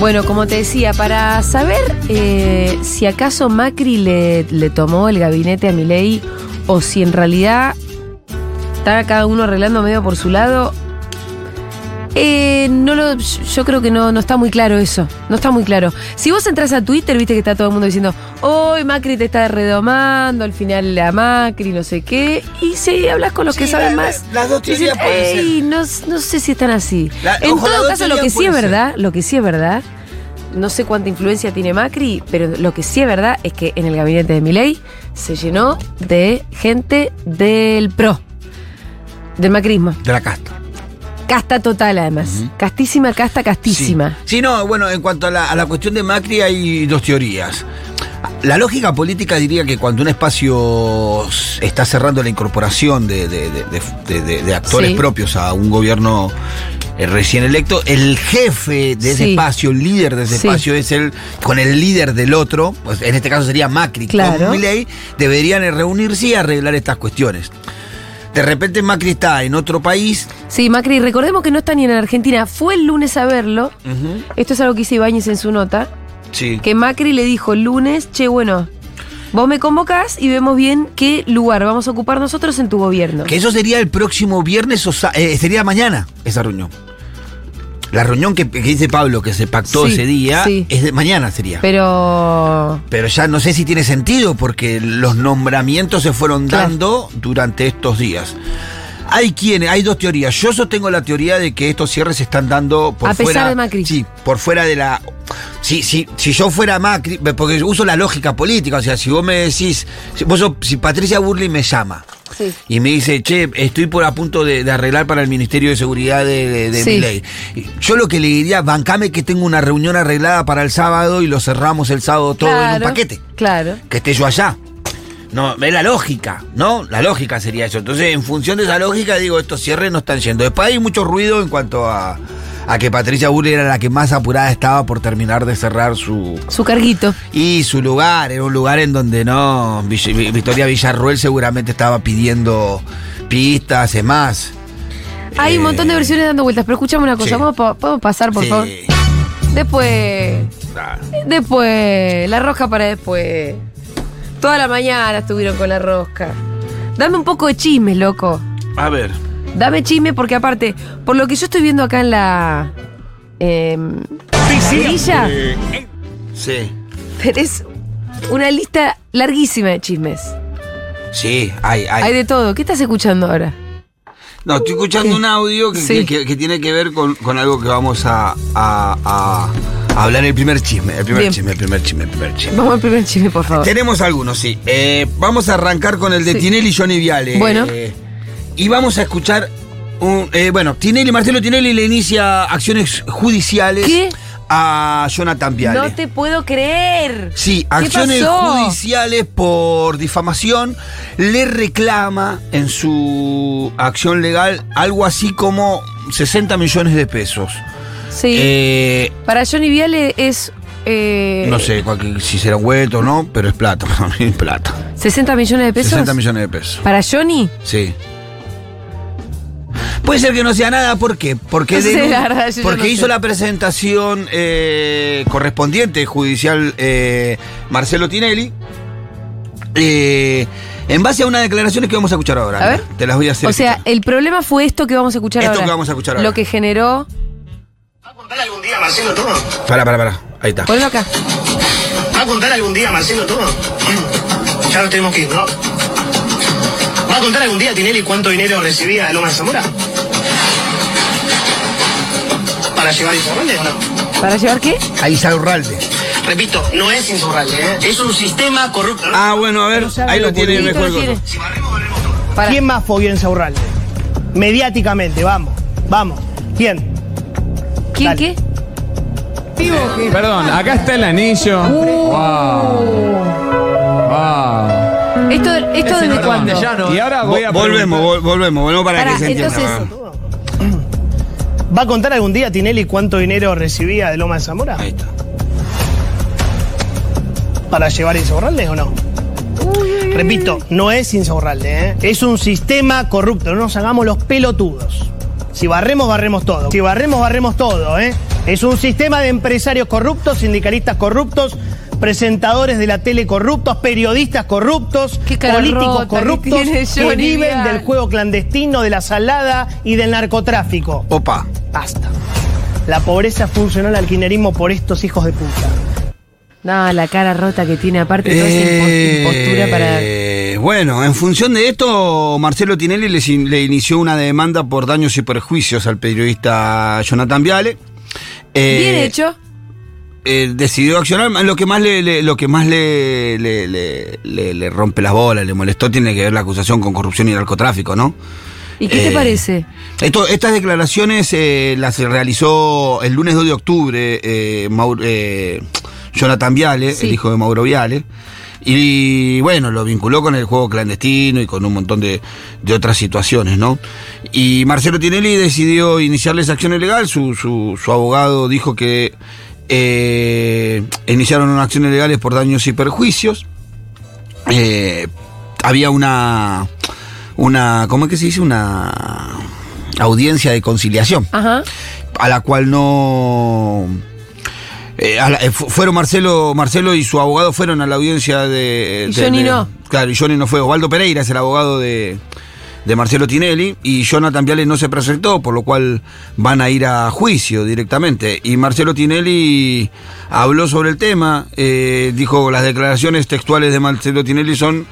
Bueno, como te decía, para saber eh, si acaso Macri le, le tomó el gabinete a Milei o si en realidad estaba cada uno arreglando medio por su lado, eh, no lo, yo creo que no, no está muy claro eso. No está muy claro. Si vos entras a Twitter, viste que está todo el mundo diciendo, hoy Macri te está redomando, al final la Macri, no sé qué. Y si hablas con los Sí, que saben la- la- más, las dos dicen, teorías pueden "Ey, ser". no, no sé si están así. La- en ojo, las todo dos caso, lo que teorías sí es pueden ser. verdad, lo que sí es verdad, no sé cuánta influencia tiene Macri, pero lo que sí es verdad es que en el gabinete de Milei se llenó de gente del PRO, del macrismo. De la casta. Casta total, además. Castísima, casta, castísima. Sí. Sí, no, bueno, en cuanto a la, a la cuestión de Macri hay dos teorías. La lógica política diría que cuando un espacio s- está cerrando la incorporación de, de- de- de- de- de- de actores Sí. propios a un gobierno eh, recién electo, el jefe de ese Sí. espacio, el líder de ese Sí. espacio es el con el líder del otro, pues, en este caso sería Macri Claro. con Milei, deberían eh, reunirse y arreglar estas cuestiones. De repente Macri está en otro país. Sí. Macri, recordemos que no está ni en Argentina. Fue el lunes a verlo. Esto es algo que hizo Ibáñez en su nota. Sí. Que Macri le dijo el lunes, che, bueno, vos me convocás y vemos bien qué lugar vamos a ocupar nosotros en tu gobierno. Que eso sería el próximo viernes o sa- eh, sería mañana esa reunión. La reunión que, que dice Pablo que se pactó Sí, ese día sí. es de mañana sería. Pero, Pero. ya no sé si tiene sentido porque los nombramientos se fueron Claro. dando durante estos días. Hay quienes, hay dos teorías. Yo sostengo la teoría de que estos cierres se están dando por A pesar fuera de Macri. Sí, por fuera de la si, si, si yo fuera Macri, porque yo uso la lógica política, o sea, si vos me decís, si, vos sos- si Patricia Burley me llama, Sí. y me dice, che, estoy por a punto de, de arreglar para el Ministerio de Seguridad de, de, de Sí. Milei". Yo lo que le diría, bancame que tengo una reunión arreglada para el sábado y lo cerramos el sábado todo en un Claro, paquete. Claro. Que esté yo allá. No, es la lógica, ¿no? La lógica sería eso. Entonces, en función de esa lógica, digo, estos cierres no están yendo. Después hay mucho ruido en cuanto a, a que Patricia Bull era la que más apurada estaba por terminar de cerrar su, Su carguito. y su lugar, era un lugar en donde no. Vill- Vi- Victoria Villarruel seguramente estaba pidiendo pistas, es más. Hay un Eh, montón de versiones dando vueltas, pero escuchame una sí. cosa. ¿Vamos pa- ¿Podemos pasar, Ah, por sí, favor? Después. claro. Después, la rosca para después. Toda la mañana estuvieron con la rosca. Dame un poco de chisme, loco. A ver. Dame chisme porque aparte, por lo que yo estoy viendo acá en la... Eh, grilla, Sí. tenés una lista larguísima de chismes. Sí, hay, hay. Hay de todo. ¿Qué estás escuchando ahora? No, estoy escuchando un audio que, Sí. que- que- que tiene que ver con, con algo que vamos a, a- a- a hablar. El primer chisme, el primer Bien. chisme, el primer chisme, el primer chisme. Vamos al primer chisme, por favor. Tenemos algunos, sí. Eh, vamos a arrancar con el de Ah. Sí. Tinelli y Johnny Viale. Bueno. Eh, y vamos a escuchar un. eh, bueno, Tinelli, Marcelo Tinelli le inicia acciones judiciales ¿Qué? a Jonathan Viale. No te puedo creer. Sí, ¿Qué acciones pasó? judiciales por difamación le reclama en su acción legal algo así como 60 millones de pesos. Sí. Eh, Para Johnny Viale es... eh, no sé cuál- si será un hueto o no, pero es plata, para mí es plata. 60 millones de pesos. 60 millones de pesos. Para Johnny. Sí. Puede ser que no sea nada, ¿por qué? Porque, No sé, denun- la verdad, yo ya porque no hizo sé. la presentación eh, correspondiente judicial eh, Marcelo Tinelli. eh, en base a unas declaraciones que vamos a escuchar ahora. A Ana. ver. Te las voy a hacer. O sea, escuchar. el problema fue esto que vamos a escuchar Esto ahora. que vamos a escuchar ahora. Lo que generó. ¿Va a contar algún día Marcelo Toro? Pará, pará, pará. Ahí está. Ponlo acá. ¿Va a contar algún día Marcelo Toro? Ya lo tenemos que ir, ¿no? ¿Va a contar algún día Tinelli cuánto dinero recibía de Loma de Zamora? ¿Para llevar informantes o no? ¿Para llevar qué? Ahí está Urralde. Repito, no es insurralde, ¿eh? Es un sistema corrupto. ¿no? Ah, bueno, a ver. Ahí lo tiene Dieguito mejor. lo tiene. Si barremos, barremos todo. Para. ¿Quién más fobió en Saurralde? Mediáticamente, vamos, vamos. ¿Quién? ¿Quién qué? Dale. Perdón, acá está el anillo. Uh. Wow. Wow. ¿Esto, esto desde cuándo? Y ahora voy a Vol- preguntar- volvemos, vol- volvemos, volvemos para, Pará, que se entienda. entonces, ¿Va a contar algún día Tinelli cuánto dinero recibía de Loma de Zamora? Ahí está. ¿Para llevar a Insaurralde o no? Repito, no es Insaurralde, ¿eh? es un sistema corrupto, no nos hagamos los pelotudos. Si barremos, barremos todo. Si barremos, barremos todo, ¿eh? Es un sistema de empresarios corruptos, sindicalistas corruptos, presentadores de la tele corruptos, periodistas corruptos, Qué cara políticos rota que corruptos tiene que Johnny viven Vidal. del juego clandestino, de la salada y del narcotráfico. Opa. Basta. La pobreza funcional al kirchnerismo por estos hijos de puta. No, la cara rota que tiene aparte toda esa impo- impostura para. Eh, Bueno, en función de esto, Marcelo Tinelli les in- le, inició una demanda por daños y perjuicios al periodista Jonathan Viale. Eh, Bien hecho. eh, decidió accionar. Lo que más le, le- lo que más le, le- le- le- le rompe las bolas, le molestó, tiene que ver la acusación con corrupción y narcotráfico, ¿no? ¿Y qué Eh, te parece? Esto- estas declaraciones eh, las realizó el lunes 2 de octubre eh, Maur- eh, Jonathan Viale, Sí. el hijo de Mauro Viale. Y bueno, lo vinculó con el juego clandestino y con un montón de, de otras situaciones, ¿no? Y Marcelo Tinelli decidió iniciarles acción legal. Su, su- su abogado dijo que eh, iniciaron unas acciones legales por daños y perjuicios. Eh, había una una, ¿cómo es que se dice? Una audiencia de conciliación, Ajá. a la cual no... eh, a la- eh, fu- fueron Marcelo, Marcelo y su abogado fueron a la audiencia de... Y de- Johnny de- no. Claro, y Johnny no fue. Osvaldo Pereira es el abogado de, de Marcelo Tinelli y Jonathan Viale no se presentó, por lo cual van a ir a juicio directamente. Y Marcelo Tinelli habló sobre el tema, eh, dijo las declaraciones textuales de Marcelo Tinelli son,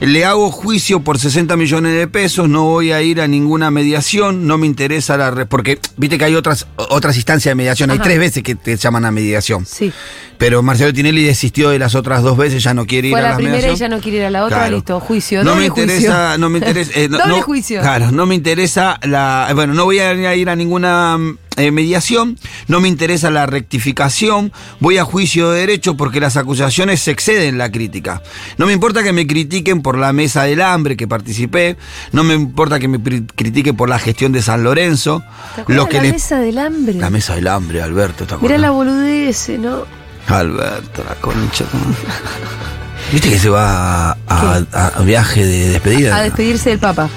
le hago juicio por 60 millones de pesos, no voy a ir a ninguna mediación, no me interesa la... re-", porque viste que hay otras, otras instancias de mediación, hay Ajá. tres veces que te llaman a mediación. Sí. Pero Marcelo Tinelli desistió de las otras dos veces, ya no quiere ir Fue a a la las primera y mediación. ya no quiere ir a la otra. Claro. Listo, juicio. No doble me interesa, juicio. no me interesa. eh, no, doble no- juicio. Claro, no me interesa la. eh, Bueno, no voy a ir a, ir a ninguna mm, eh, mediación, no me interesa la rectificación, voy a juicio de derecho porque las acusaciones se exceden la crítica. No me importa que me critiquen por la mesa del hambre que participé, no me importa que me pri- critiquen por la gestión de San Lorenzo. ¿Te acuerdas Lo que la les- mesa del hambre. La mesa del hambre, Alberto, ¿te Mirá acuerdas? la boludez, ¿no? Alberto, la concha. ¿no? ¿Viste que se va a, a- a viaje de despedida? A despedirse del Papa.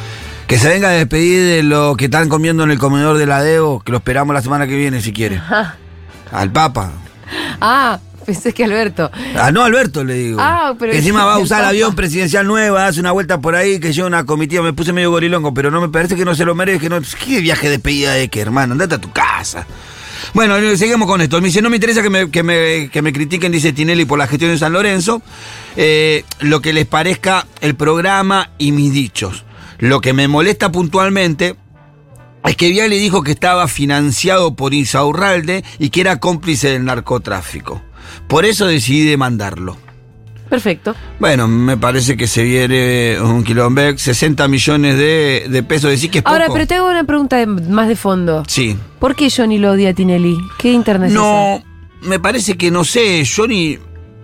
Que se venga a despedir de lo que están comiendo en el comedor de la Debo, que lo esperamos la semana que viene si quiere. Al Papa. Ah, pensé que Alberto. Ah, no, Alberto, le digo. Ah, pero- que encima va a el usar el Papa. avión presidencial nueva, hace una vuelta por ahí, que lleva una comitiva. Me puse medio gorilongo, pero no me parece que no se lo merece. Que no, ¿Qué viaje de despedida de qué, hermano? Andate a tu casa. Bueno, eh, seguimos con esto. Me dice, no me interesa que me, que me- que me critiquen, dice Tinelli, por la gestión de San Lorenzo. Eh, lo que les parezca el programa y mis dichos. Lo que me molesta puntualmente es que Viale dijo que estaba financiado por Insaurralde y que era cómplice del narcotráfico. Por eso decidí demandarlo. Perfecto. Bueno, me parece que se viene un quilombeck, 60 millones de, de pesos. Decir que es Ahora, poco. pero te hago una pregunta de- más de fondo. Sí. ¿Por qué Johnny lo odia a Tinelli? ¿Qué internet No, me parece que no sé, yo ni.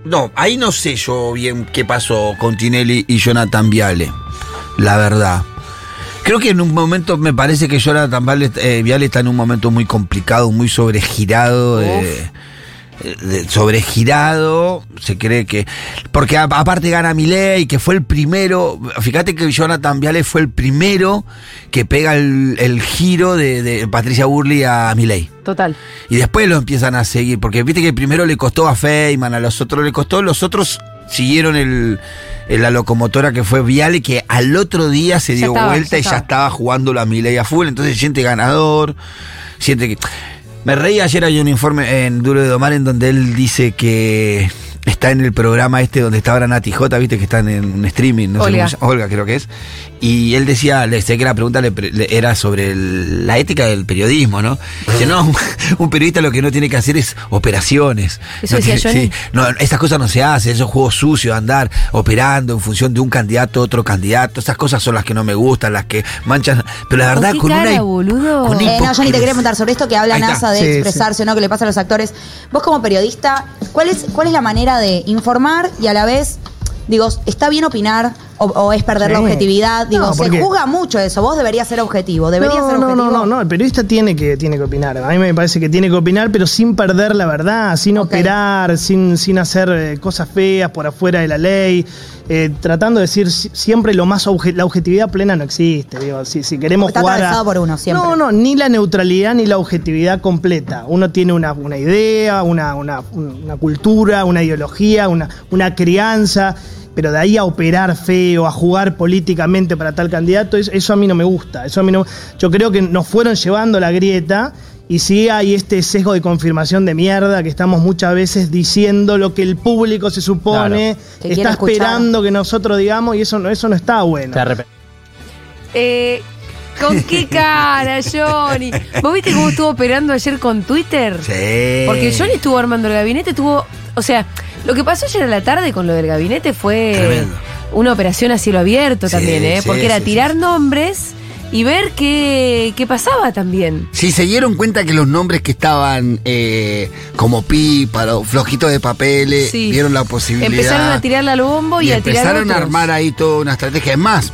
No, ahí no sé yo bien qué pasó con Tinelli y Jonathan Viale. La verdad. Creo que en un momento me parece que Jonathan Viale, eh, Viale está en un momento muy complicado, muy sobregirado. de- de- sobregirado, se cree que. Porque a- aparte gana Milei, que fue el primero. Fíjate que Jonathan Viale fue el primero que pega el, el giro de, de Patricia Burley a Milei. es esa? Total. Y después lo empiezan a seguir, porque viste que primero le costó a Feynman, a los otros le costó, los otros siguieron el, el- la locomotora que fue Viale, que al otro día se Ya dio estaba, vuelta ya y ya estaba. estaba jugando la Miley a full, entonces siente ganador, siente que... Me reí ayer, hay un informe en Duro de Domar en donde él dice que está en el programa este donde está ahora Nati J, viste que están en un streaming, no sé Olga. cómo se llama, Olga creo que es, y él decía, le sé que la pregunta le pre- le- era sobre el- la ética del periodismo, ¿no? Dice, no, un, un periodista lo que no tiene que hacer es operaciones. Eso No decía tiene- Johnny. no, esas cosas no se hacen, esos juegos sucios, andar operando en función de un candidato a otro candidato, esas cosas son las que no me gustan, las que manchan, pero la ¿Con verdad qué con una... cara, boludo? con una Eh, no, yo ni te hipocresía. quería preguntar sobre esto que habla Ahí está. NASA de Sí, expresarse o no, que le pasa a los actores. Vos como periodista, ¿cuál es, ¿cuál es la manera de informar y a la vez, digo, está bien opinar, o, o es perder la Sí. objetividad. Digo, No, se porque- juzga mucho eso. Vos deberías ser objetivo. Deberías no, ser no, objetivo. no, no, no, el periodista tiene que, tiene que opinar. A mí me parece que tiene que opinar, pero sin perder la verdad, sin Ok. operar, sin, sin hacer eh, cosas feas por afuera de la ley, eh, tratando de decir si- siempre lo más obje- la objetividad plena no existe. Digo, si, si queremos Está jugar a, atravesado por uno siempre. No, no, ni la neutralidad ni la objetividad completa. Uno tiene una, una idea, una, una, una cultura, una ideología, una, una crianza. Pero de ahí a operar feo, a jugar políticamente para tal candidato, es- eso a mí no me gusta. Eso a mí no, yo creo que nos fueron llevando la grieta y sí hay este sesgo de confirmación de mierda que estamos muchas veces diciendo lo que el público se supone, Que quiere está escuchar. esperando que nosotros digamos y eso no, eso no está bueno. Eh, ¿Con qué cara, Johnny? ¿Vos viste cómo estuvo operando ayer con Twitter? Sí. Eh. Porque Johnny estuvo armando el gabinete, estuvo. O sea, lo que pasó ayer a la tarde con lo del gabinete fue Tremendo. una operación a cielo abierto Sí, también, ¿eh? sí, Porque era sí, tirar nombres y ver qué, qué pasaba también. Si se dieron cuenta que los nombres que estaban eh, como píparo, flojitos de papeles, Sí. vieron la posibilidad. Empezaron a tirarla al bombo y, y a tirar. empezaron a otros. armar ahí toda una estrategia. Es más,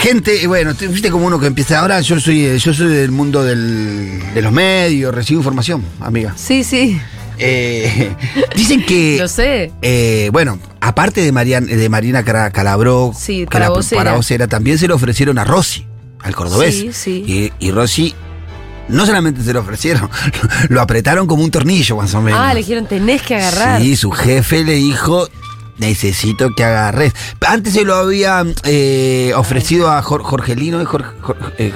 gente, y bueno, te- viste como uno que empieza ahora, yo soy, eh, yo soy del mundo del- de los medios, recibo información, amiga. Sí, sí. Eh, dicen que... Lo sé. Eh, bueno, aparte de, Marian- de Marina Cara- Calabró, Sí, Cala- para vocera. para vocera, también se lo ofrecieron a Rossi, al cordobés. Sí, sí. Y, y Rossi no solamente se lo ofrecieron, lo apretaron como un tornillo, más o menos. Ah, le dijeron, tenés que agarrar. Sí, su jefe le dijo, necesito que agarres. Antes se lo había eh, ofrecido a Jor- Jorgelino, eh, Jor- Jor- eh,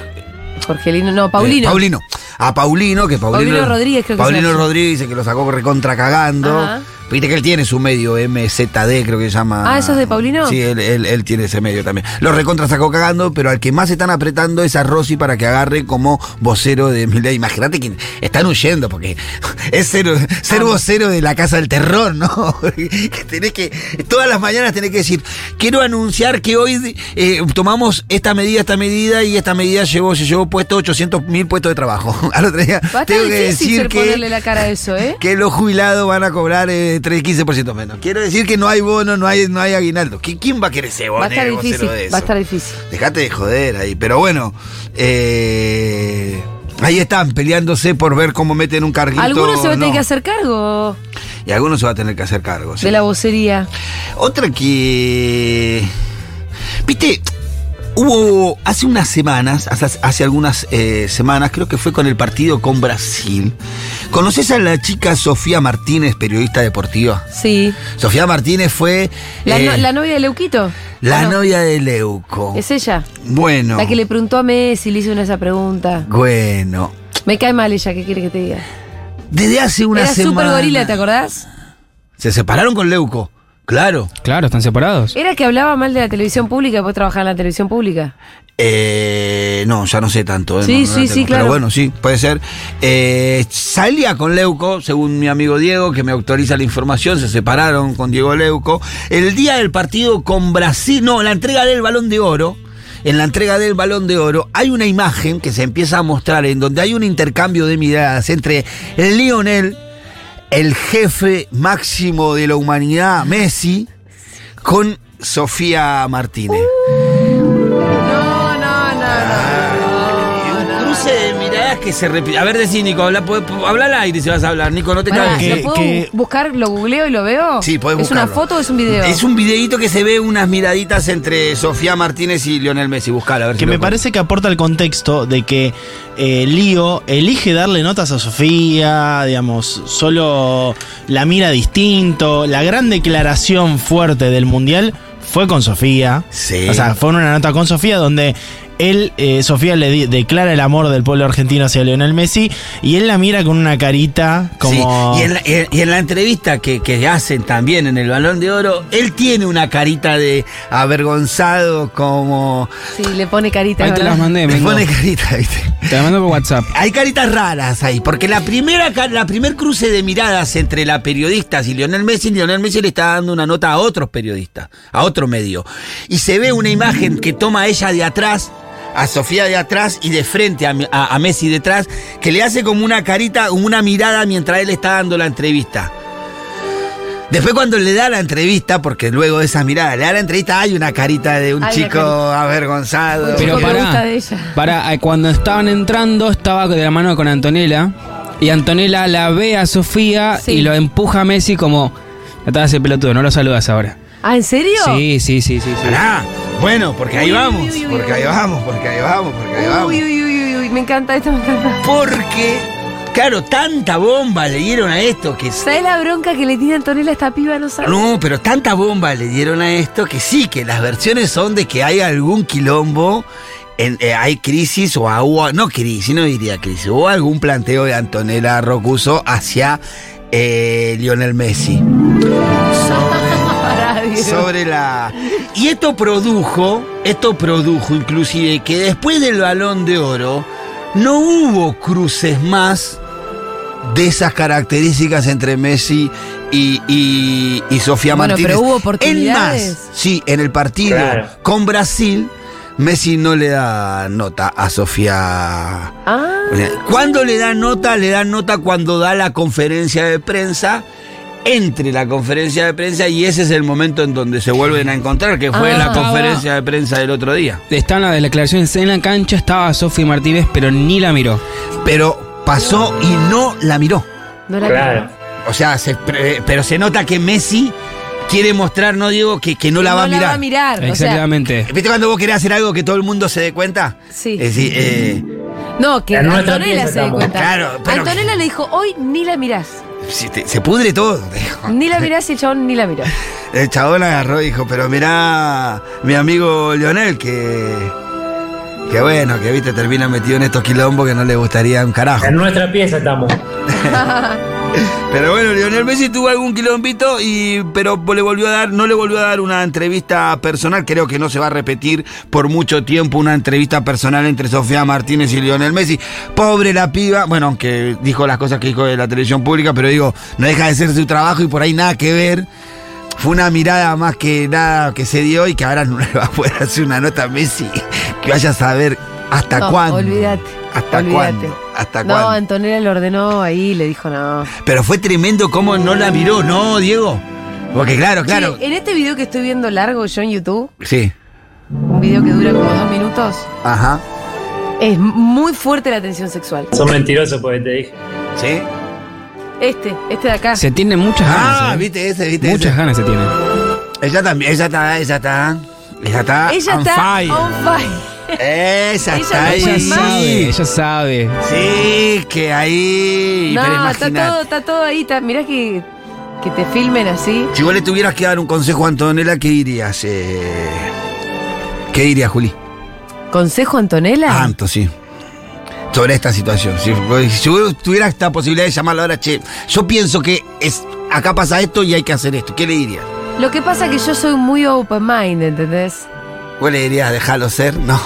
Jorgelino, no, Paulino. eh, Paulino. A Paulino, que Paulino. Paulino Rodríguez, creo que se Paulino llama. Rodríguez, el que lo sacó recontra cagando. Ajá. Viste que él tiene su medio, MZD, creo que se llama. Ah, ¿eso es de Paulino? Sí, él, él- él tiene ese medio también. Lo recontra sacó cagando, pero al que más están apretando es a Rossi para que agarre como vocero de Milei. Imagínate que están huyendo, porque es cero- ser vocero de la Casa del Terror, ¿no? que tenés que. Todas las mañanas tenés que decir, quiero anunciar que hoy eh, tomamos esta medida, esta medida, y esta medida llevó, se llevó puesto 800 mil puestos de trabajo. Al otro día Va a estar tengo que difícil decir ser que ponerle la cara a eso, ¿eh? que los jubilados van a cobrar eh, 3, 15% menos. Quiero decir que no hay bono, no hay, no hay aguinaldo. ¿Qui- ¿Quién va a querer ser Va a bono, estar eh, vocero difícil, de va eso? a estar difícil. Dejate de joder ahí. Pero bueno, eh, ahí están peleándose por ver cómo meten un carguito. Algunos se va a o tener no. que hacer cargo Y algunos se va a tener que hacer cargo. sí. de la vocería. Otra que. Viste, hubo hace unas semanas, hace, hace algunas eh, semanas, creo que fue con el partido con Brasil. ¿Conoces a la chica Sofía Martínez, periodista deportiva? Sí. Sofía Martínez fue La, eh, no- la novia de Leuquito. la Ah, no, novia de Leuco. Es ella. Bueno, La que le preguntó a Messi, le hizo una esa pregunta. bueno. Me cae mal ella, ¿qué quiere que te diga? Desde hace una Era semana. súper gorila, ¿te acordás? Se separaron con Leuco. Claro. Claro, están separados. Era que hablaba mal de la televisión pública, después trabajaba en la televisión pública. Eh, no, ya no sé tanto. eh, Sí, no, no la sí, tengo. sí, claro. Pero bueno, sí, puede ser. Eh, salía con Leuco, según mi amigo Diego, que me autoriza la información, se separaron con Diego Leuco. El día del partido con Brasil, no, la entrega del balón de oro. En la entrega del balón de oro hay una imagen que se empieza a mostrar en donde hay un intercambio de miradas entre Lionel, el jefe máximo de la humanidad, Messi, con Sofía Martínez. No, no, no, Un cruce de miradas que se repite. A ver, decí, Nico, habla, podés- habla al aire si vas a hablar. Nico, no te Pará, cagues. ¿lo puedo que- buscar? ¿Lo googleo y lo veo? Sí, podés ¿Es una buscarlo. foto o es un video? Es un videíto que se ve unas miraditas entre Sofía Martínez y Lionel Messi. Buscala, a ver Que si me lo encuentro. parece que aporta el contexto de que eh, Lío elige darle notas a Sofía, digamos, solo la mira distinto. La gran declaración fuerte del Mundial fue con Sofía. Sí. O sea, fue una nota con Sofía donde él, eh, Sofía le di- declara el amor del pueblo argentino hacia Lionel Messi y él la mira con una carita como... Sí, Y en, la, eh, y- y en la entrevista que, que hacen también en el Balón de Oro, él tiene una carita de avergonzado, como. Sí, le pone carita. Ahí te ¿verdad? las mandé, Le Mingo. pone carita, ¿viste? Te las mando por WhatsApp. Hay caritas raras ahí, porque la primera ca- la primer cruce de miradas entre la periodista y Lionel Messi, Lionel Messi le está dando una nota a otros periodistas, a otro medio. Y se ve una imagen que toma ella de atrás, a Sofía de atrás y de frente a, mi- a- a Messi detrás, que le hace como una carita, una mirada mientras él está dando la entrevista. Después cuando le da la entrevista, porque luego de esa mirada le da la entrevista, hay una carita de un Hay una chico avergonzado. Pero Pero me gusta pará, de ella. pará, eh, cuando estaban entrando estaba de la mano con Antonella y Antonella la ve a Sofía Sí. y lo empuja a Messi como, no te hagas el pelotudo, no lo saludas ahora. ¿Ah, en serio? Sí, sí, sí, sí. sí. Pará. Bueno, porque ahí Uy, uy, vamos, uy, uy, porque uy. ahí vamos, porque ahí vamos, porque ahí vamos. Uy, uy, uy, uy, uy, me encanta esto, me encanta. Porque, claro, tanta bomba le dieron a esto que... ¿Sabes la bronca que le tiene Antonella a esta piba? No sabes. No, pero tanta bomba le dieron a esto que sí, que las versiones son de que hay algún quilombo, en- eh, hay crisis o agua, no crisis, no diría crisis, o algún planteo de Antonella Rocuso hacia eh, Lionel Messi. Pará, Diego. sobre la. Y esto produjo, esto produjo inclusive que después del balón de oro no hubo cruces más de esas características entre Messi y, y- y Sofía Bueno, Martínez. pero hubo oportunidades. En más, sí, en el partido Claro. con Brasil, Messi no le da nota a Sofía. Ah, O sea, ¿Cuándo le dan nota? Le dan nota cuando da la conferencia de prensa. Entre la conferencia de prensa y ese es el momento en donde se vuelven a encontrar, que fue Ah. en la conferencia de prensa del otro día. Está en la declaración, en la cancha estaba Sofi Martínez, pero ni la miró. Pero pasó y no la miró. no la Claro. O sea, se pre- pero se nota que Messi quiere mostrar, no digo que, que no la va a no mirar. la va a mirar. o sea, Exactamente. ¿Viste cuando vos querés hacer algo que todo el mundo se dé cuenta? Sí. Es decir, eh, no, que La nuestra Antonella pieza se dé estamos. cuenta. Claro, pero- Antonella le dijo, hoy ni la mirás. si te- se pudre todo. dijo. Ni la mirás y el chabón ni la miró. El chabón agarró y dijo, pero mirá mi amigo Leonel que... Que bueno, que viste, termina metido en estos quilombos que no le gustaría un carajo. En nuestra pieza estamos. Pero bueno, Lionel Messi tuvo algún quilombito y pero le volvió a dar, no le volvió a dar una entrevista personal, creo que no se va a repetir por mucho tiempo una entrevista personal entre Sofía Martínez y Lionel Messi. Pobre la piba, bueno, aunque dijo las cosas que dijo de la televisión pública, pero digo, no deja de ser su trabajo y por ahí nada que ver. Fue una mirada más que nada que se dio y que ahora no le va a poder hacer una nota a Messi. Que vaya a saber hasta No, cuándo. Olvídate. ¿Hasta olvídate. cuándo? ¿Hasta No, cuándo? Antonella le ordenó ahí, le dijo no. Pero fue tremendo cómo no la miró, ¿no, Diego? Porque claro, claro. Che, en este video que estoy viendo largo yo en YouTube, Sí. un video que dura como dos minutos, Ajá. es muy fuerte la tensión sexual. Son mentirosos porque te dije. Sí. Este, este de acá. Se tienen muchas ganas. Ah, eh. viste ese, viste Muchas ese. ganas se tienen. Ella también, ella está, ella está. Ella está Ella on está fire. on fire. Ella, Ella está no ahí. Ella puede más. sabe, ella sabe. Sí, que ahí. pero No, está imaginate. todo, está todo ahí. Está, mirá que, que te filmen así. Si vos le tuvieras que dar un consejo a Antonella, ¿qué dirías? eh? ¿Qué dirías, Juli? ¿Consejo Antonella? Anto, Ah, sí. Sobre esta situación. Si, si vos tuvieras esta posibilidad de llamarlo ahora, che, yo pienso que es, acá pasa esto y hay que hacer esto. ¿Qué le dirías? Lo que pasa que yo soy muy open mind, ¿entendés? ¿Vos le dirías déjalo ser? No.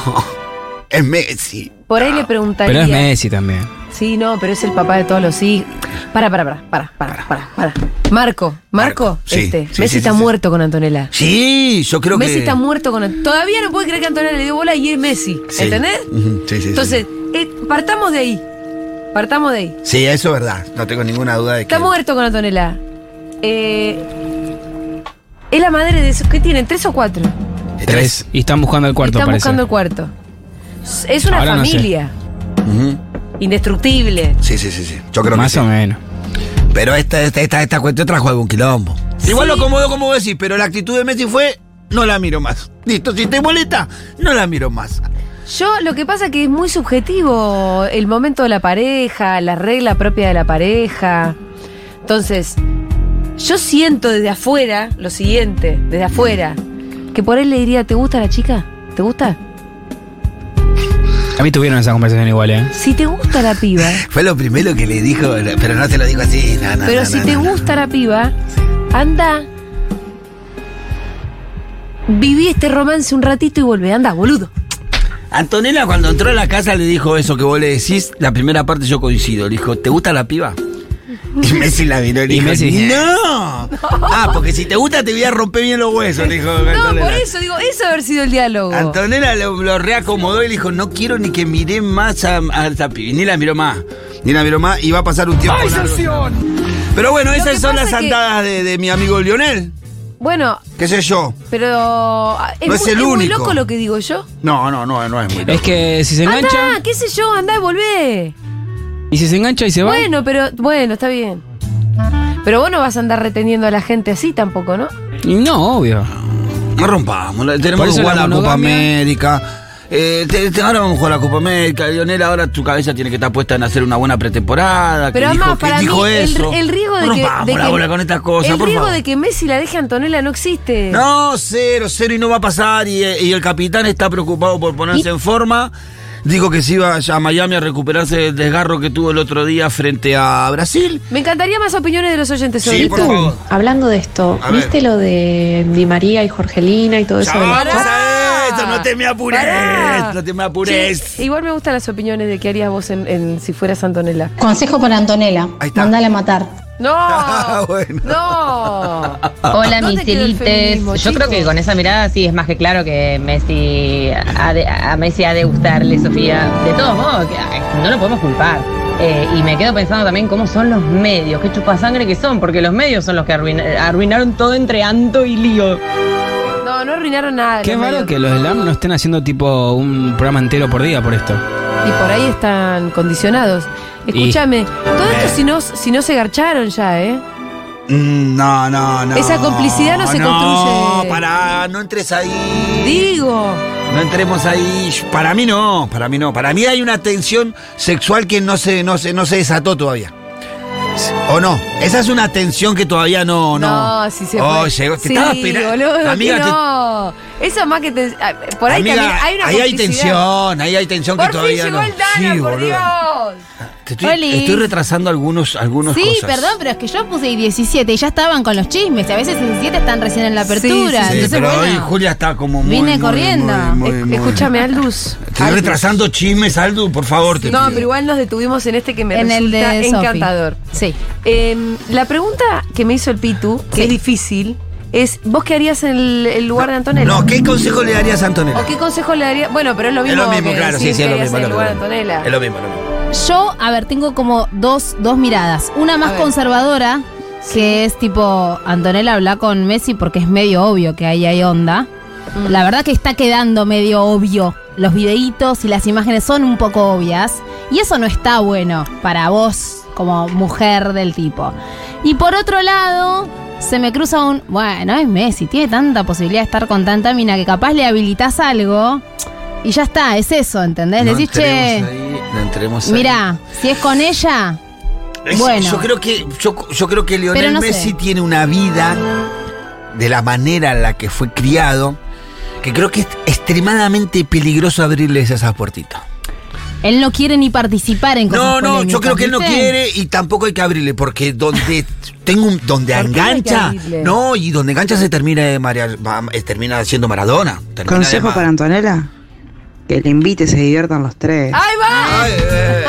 Es Messi. Por ahí le preguntaría. Pero es Messi también. Sí, no, pero es el papá de todos los hijos. Para, para, para, para, para, para, para. Marco, Marco, Marco, sí, este. sí, Messi sí, está sí, sí. muerto con Antonella. Sí, yo creo Messi que. está muerto con Antonella. Todavía no puede creer que Antonella le dio bola y es Messi. Sí. ¿Entendés? Ujú, Sí, sí, sí. Entonces, eh, partamos de ahí. Partamos de ahí. Sí, eso es verdad. No tengo ninguna duda de que. Está muerto con Antonella. Eh, es la madre de esos. ¿Qué tienen? ¿Tres o cuatro? Tres. Y están buscando el cuarto, Están parece. buscando el cuarto. S- Es una Ahora no sé. familia. Ujú. Indestructible. Sí, sí, sí, sí. Yo creo Más que o sí. menos. Pero esta, esta, esta, esta cuestión trajo algún quilombo. Igual lo acomodo como vos decís, pero la actitud de Messi fue. No la miro más. Listo, si te molesta, no la miro más. Yo, lo que pasa que es muy subjetivo el momento de la pareja, la regla propia de la pareja. Entonces, yo siento desde afuera lo siguiente, desde afuera, que por él le diría, ¿te gusta la chica? ¿Te gusta? A mí tuvieron esa conversación igual, ¿eh? Si te gusta la piba, Fue lo primero que le dijo, pero no te lo digo así. no, no, pero no, si no, te no, no. gusta la piba, anda. Viví este romance un ratito y volvé, anda, boludo. Antonella cuando entró a la casa le dijo eso que vos le decís, la primera parte yo coincido, le dijo, ¿te gusta la piba? Y Messi la miró y le Y dijo, Messi, eh. ¡No! Ah, porque si te gusta te voy a romper bien los huesos, le dijo No, Antonella. por eso, digo, eso haber sido el diálogo. Antonella lo, lo reacomodó y le dijo, no quiero ni que miré más a, a esa piba. Y Ni la miró más, ni la miró más y va a pasar un tiempo largo. Pero bueno, Lo esas que son pasa las que- andadas de, de mi amigo Lionel. Bueno, ¿Qué sé yo? pero. ah, No es muy- el muy único. loco lo que digo yo. No, no, no, no es muy Es loco. que si se engancha. Andá, qué sé yo, andá y volvé. Y si se engancha y se va. Bueno, pero. Bueno, está bien. Pero vos no vas a andar reteniendo a la gente así tampoco, ¿no? Y no, obvio. No rompamos. la- Por Tenemos que eso jugar la la, Copa monogamia- América. Eh, te- te- ahora vamos a jugar la Copa América. Lionel, ahora tu cabeza tiene que estar puesta en hacer una buena pretemporada. Pero ¿Qué dijo, además, ¿Qué para mí, dijo el, eso? el riesgo de no que. rompamos de la que- bola con estas cosas, El por riesgo favor. de que Messi la deje a Antonella no existe. No, cero, cero y no va a pasar. Y, eh, y el capitán está preocupado por ponerse en forma. Dijo que se iba a Miami a recuperarse del desgarro que tuvo el otro día frente a Brasil. Me encantaría más opiniones de los oyentes sobre Sí, por esto. favor. Hablando de esto, A ver. ¿viste lo de Di María y Jorgelina y todo eso? Ya de los vamos chats? a eso, no te me apures, Pará. no te me apures. Che, igual me gustan las opiniones de qué harías vos en, en- si fueras Antonella. Consejo para Antonela. Ahí está. Mándale a matar. ¡No! Ah, bueno. ¡No! Hola, ¿Dónde mis quedó el elites. feminismo, Yo chicos? creo que con esa mirada sí es más que claro que Messi ha de- a Messi ha de gustarle, Sofía. De todos modos, que, ay, no lo podemos culpar. Eh, y me quedo pensando también cómo son los medios, qué chupasangre que son, porque los medios son los que arruina- arruinaron todo entre Anto y Lío. No, no arruinaron nada. Qué los raro medios. que los del LAM no estén haciendo tipo un programa entero por día por esto. Y por ahí están condicionados. Escúchame, todo Eh. esto si no, si no se garcharon ya, ¿eh? Mm, No, no, no. Esa complicidad no se construye. No, pará, no entres ahí. Digo, No entremos ahí. Para mí no, para mí no. Para mí hay una tensión sexual que no se, no se, no se desató todavía. ¿O no? Esa es una tensión que todavía no. No, no, si se Oh, fue. llegó, te sí, estaba esperando. boludo, que Amiga, te- no. Eso más que te- ah, por ahí Amiga, también hay una ahí hay complicidad. tensión, ahí hay tensión Por que fin todavía llegó no. el Dana, Sí, por boludo. Dios. Te estoy, Oli. estoy retrasando algunos, algunos Sí, cosas. perdón, pero es que yo puse 17 y ya estaban con los chismes. Y a veces 17 están recién en la Sí, apertura. sí, sí, entonces, pero hoy bueno. Julia está como muy. Vine muy, corriendo. muy, muy, Es- muy- Escúchame, Aldus. Estoy Aldus. retrasando chismes, Aldu, por favor. te No, pido. pero igual nos detuvimos en este que me En el resulta de Sofi. encantador. Sí. Eh, la pregunta que me hizo el Pitu, que Sí. es difícil, es ¿vos qué harías en el, el lugar de Antonella? No, ¿qué consejo le darías a Antonella? ¿O qué consejo le darías? Bueno, pero es lo Es mismo. lo mismo, que claro, sí, decir sí, qué es lo harías mismo. en Es el lo lugar de mismo, Antonella. es lo mismo. es lo mismo. Yo, a ver, tengo como dos, dos miradas. Una más ver. conservadora, que es tipo, Antonella habla con Messi porque es medio obvio que ahí hay onda. Mm. La verdad que está quedando medio obvio. Los videitos y las imágenes son un poco obvias. Y eso no está bueno para vos como mujer del tipo. Y por otro lado, se me cruza un, bueno, es Messi, tiene tanta posibilidad de estar con tanta mina que capaz le habilitas algo. Y ya está, es eso, ¿entendés? No Decís, che, entremos ahí, no entremos ahí. Mira, si es con ella, Es- bueno. Yo creo que, yo, yo creo que Lionel Pero no sé. Messi tiene una vida de la manera en la que fue criado, que creo que es extremadamente peligroso abrirles esas puertitas. él no quiere ni participar en No, cosas no, yo polémicas, creo que él no ¿viste? quiere y tampoco hay que abrirle, porque donde tengo un- donde ¿Por qué no hay que engancha, abrirle? no, y donde engancha se termina de marear, va- eh, termina siendo Maradona. termina de ma- Antonella? Que le invite y se diviertan los tres. ¡Ahí va! Ay, eh,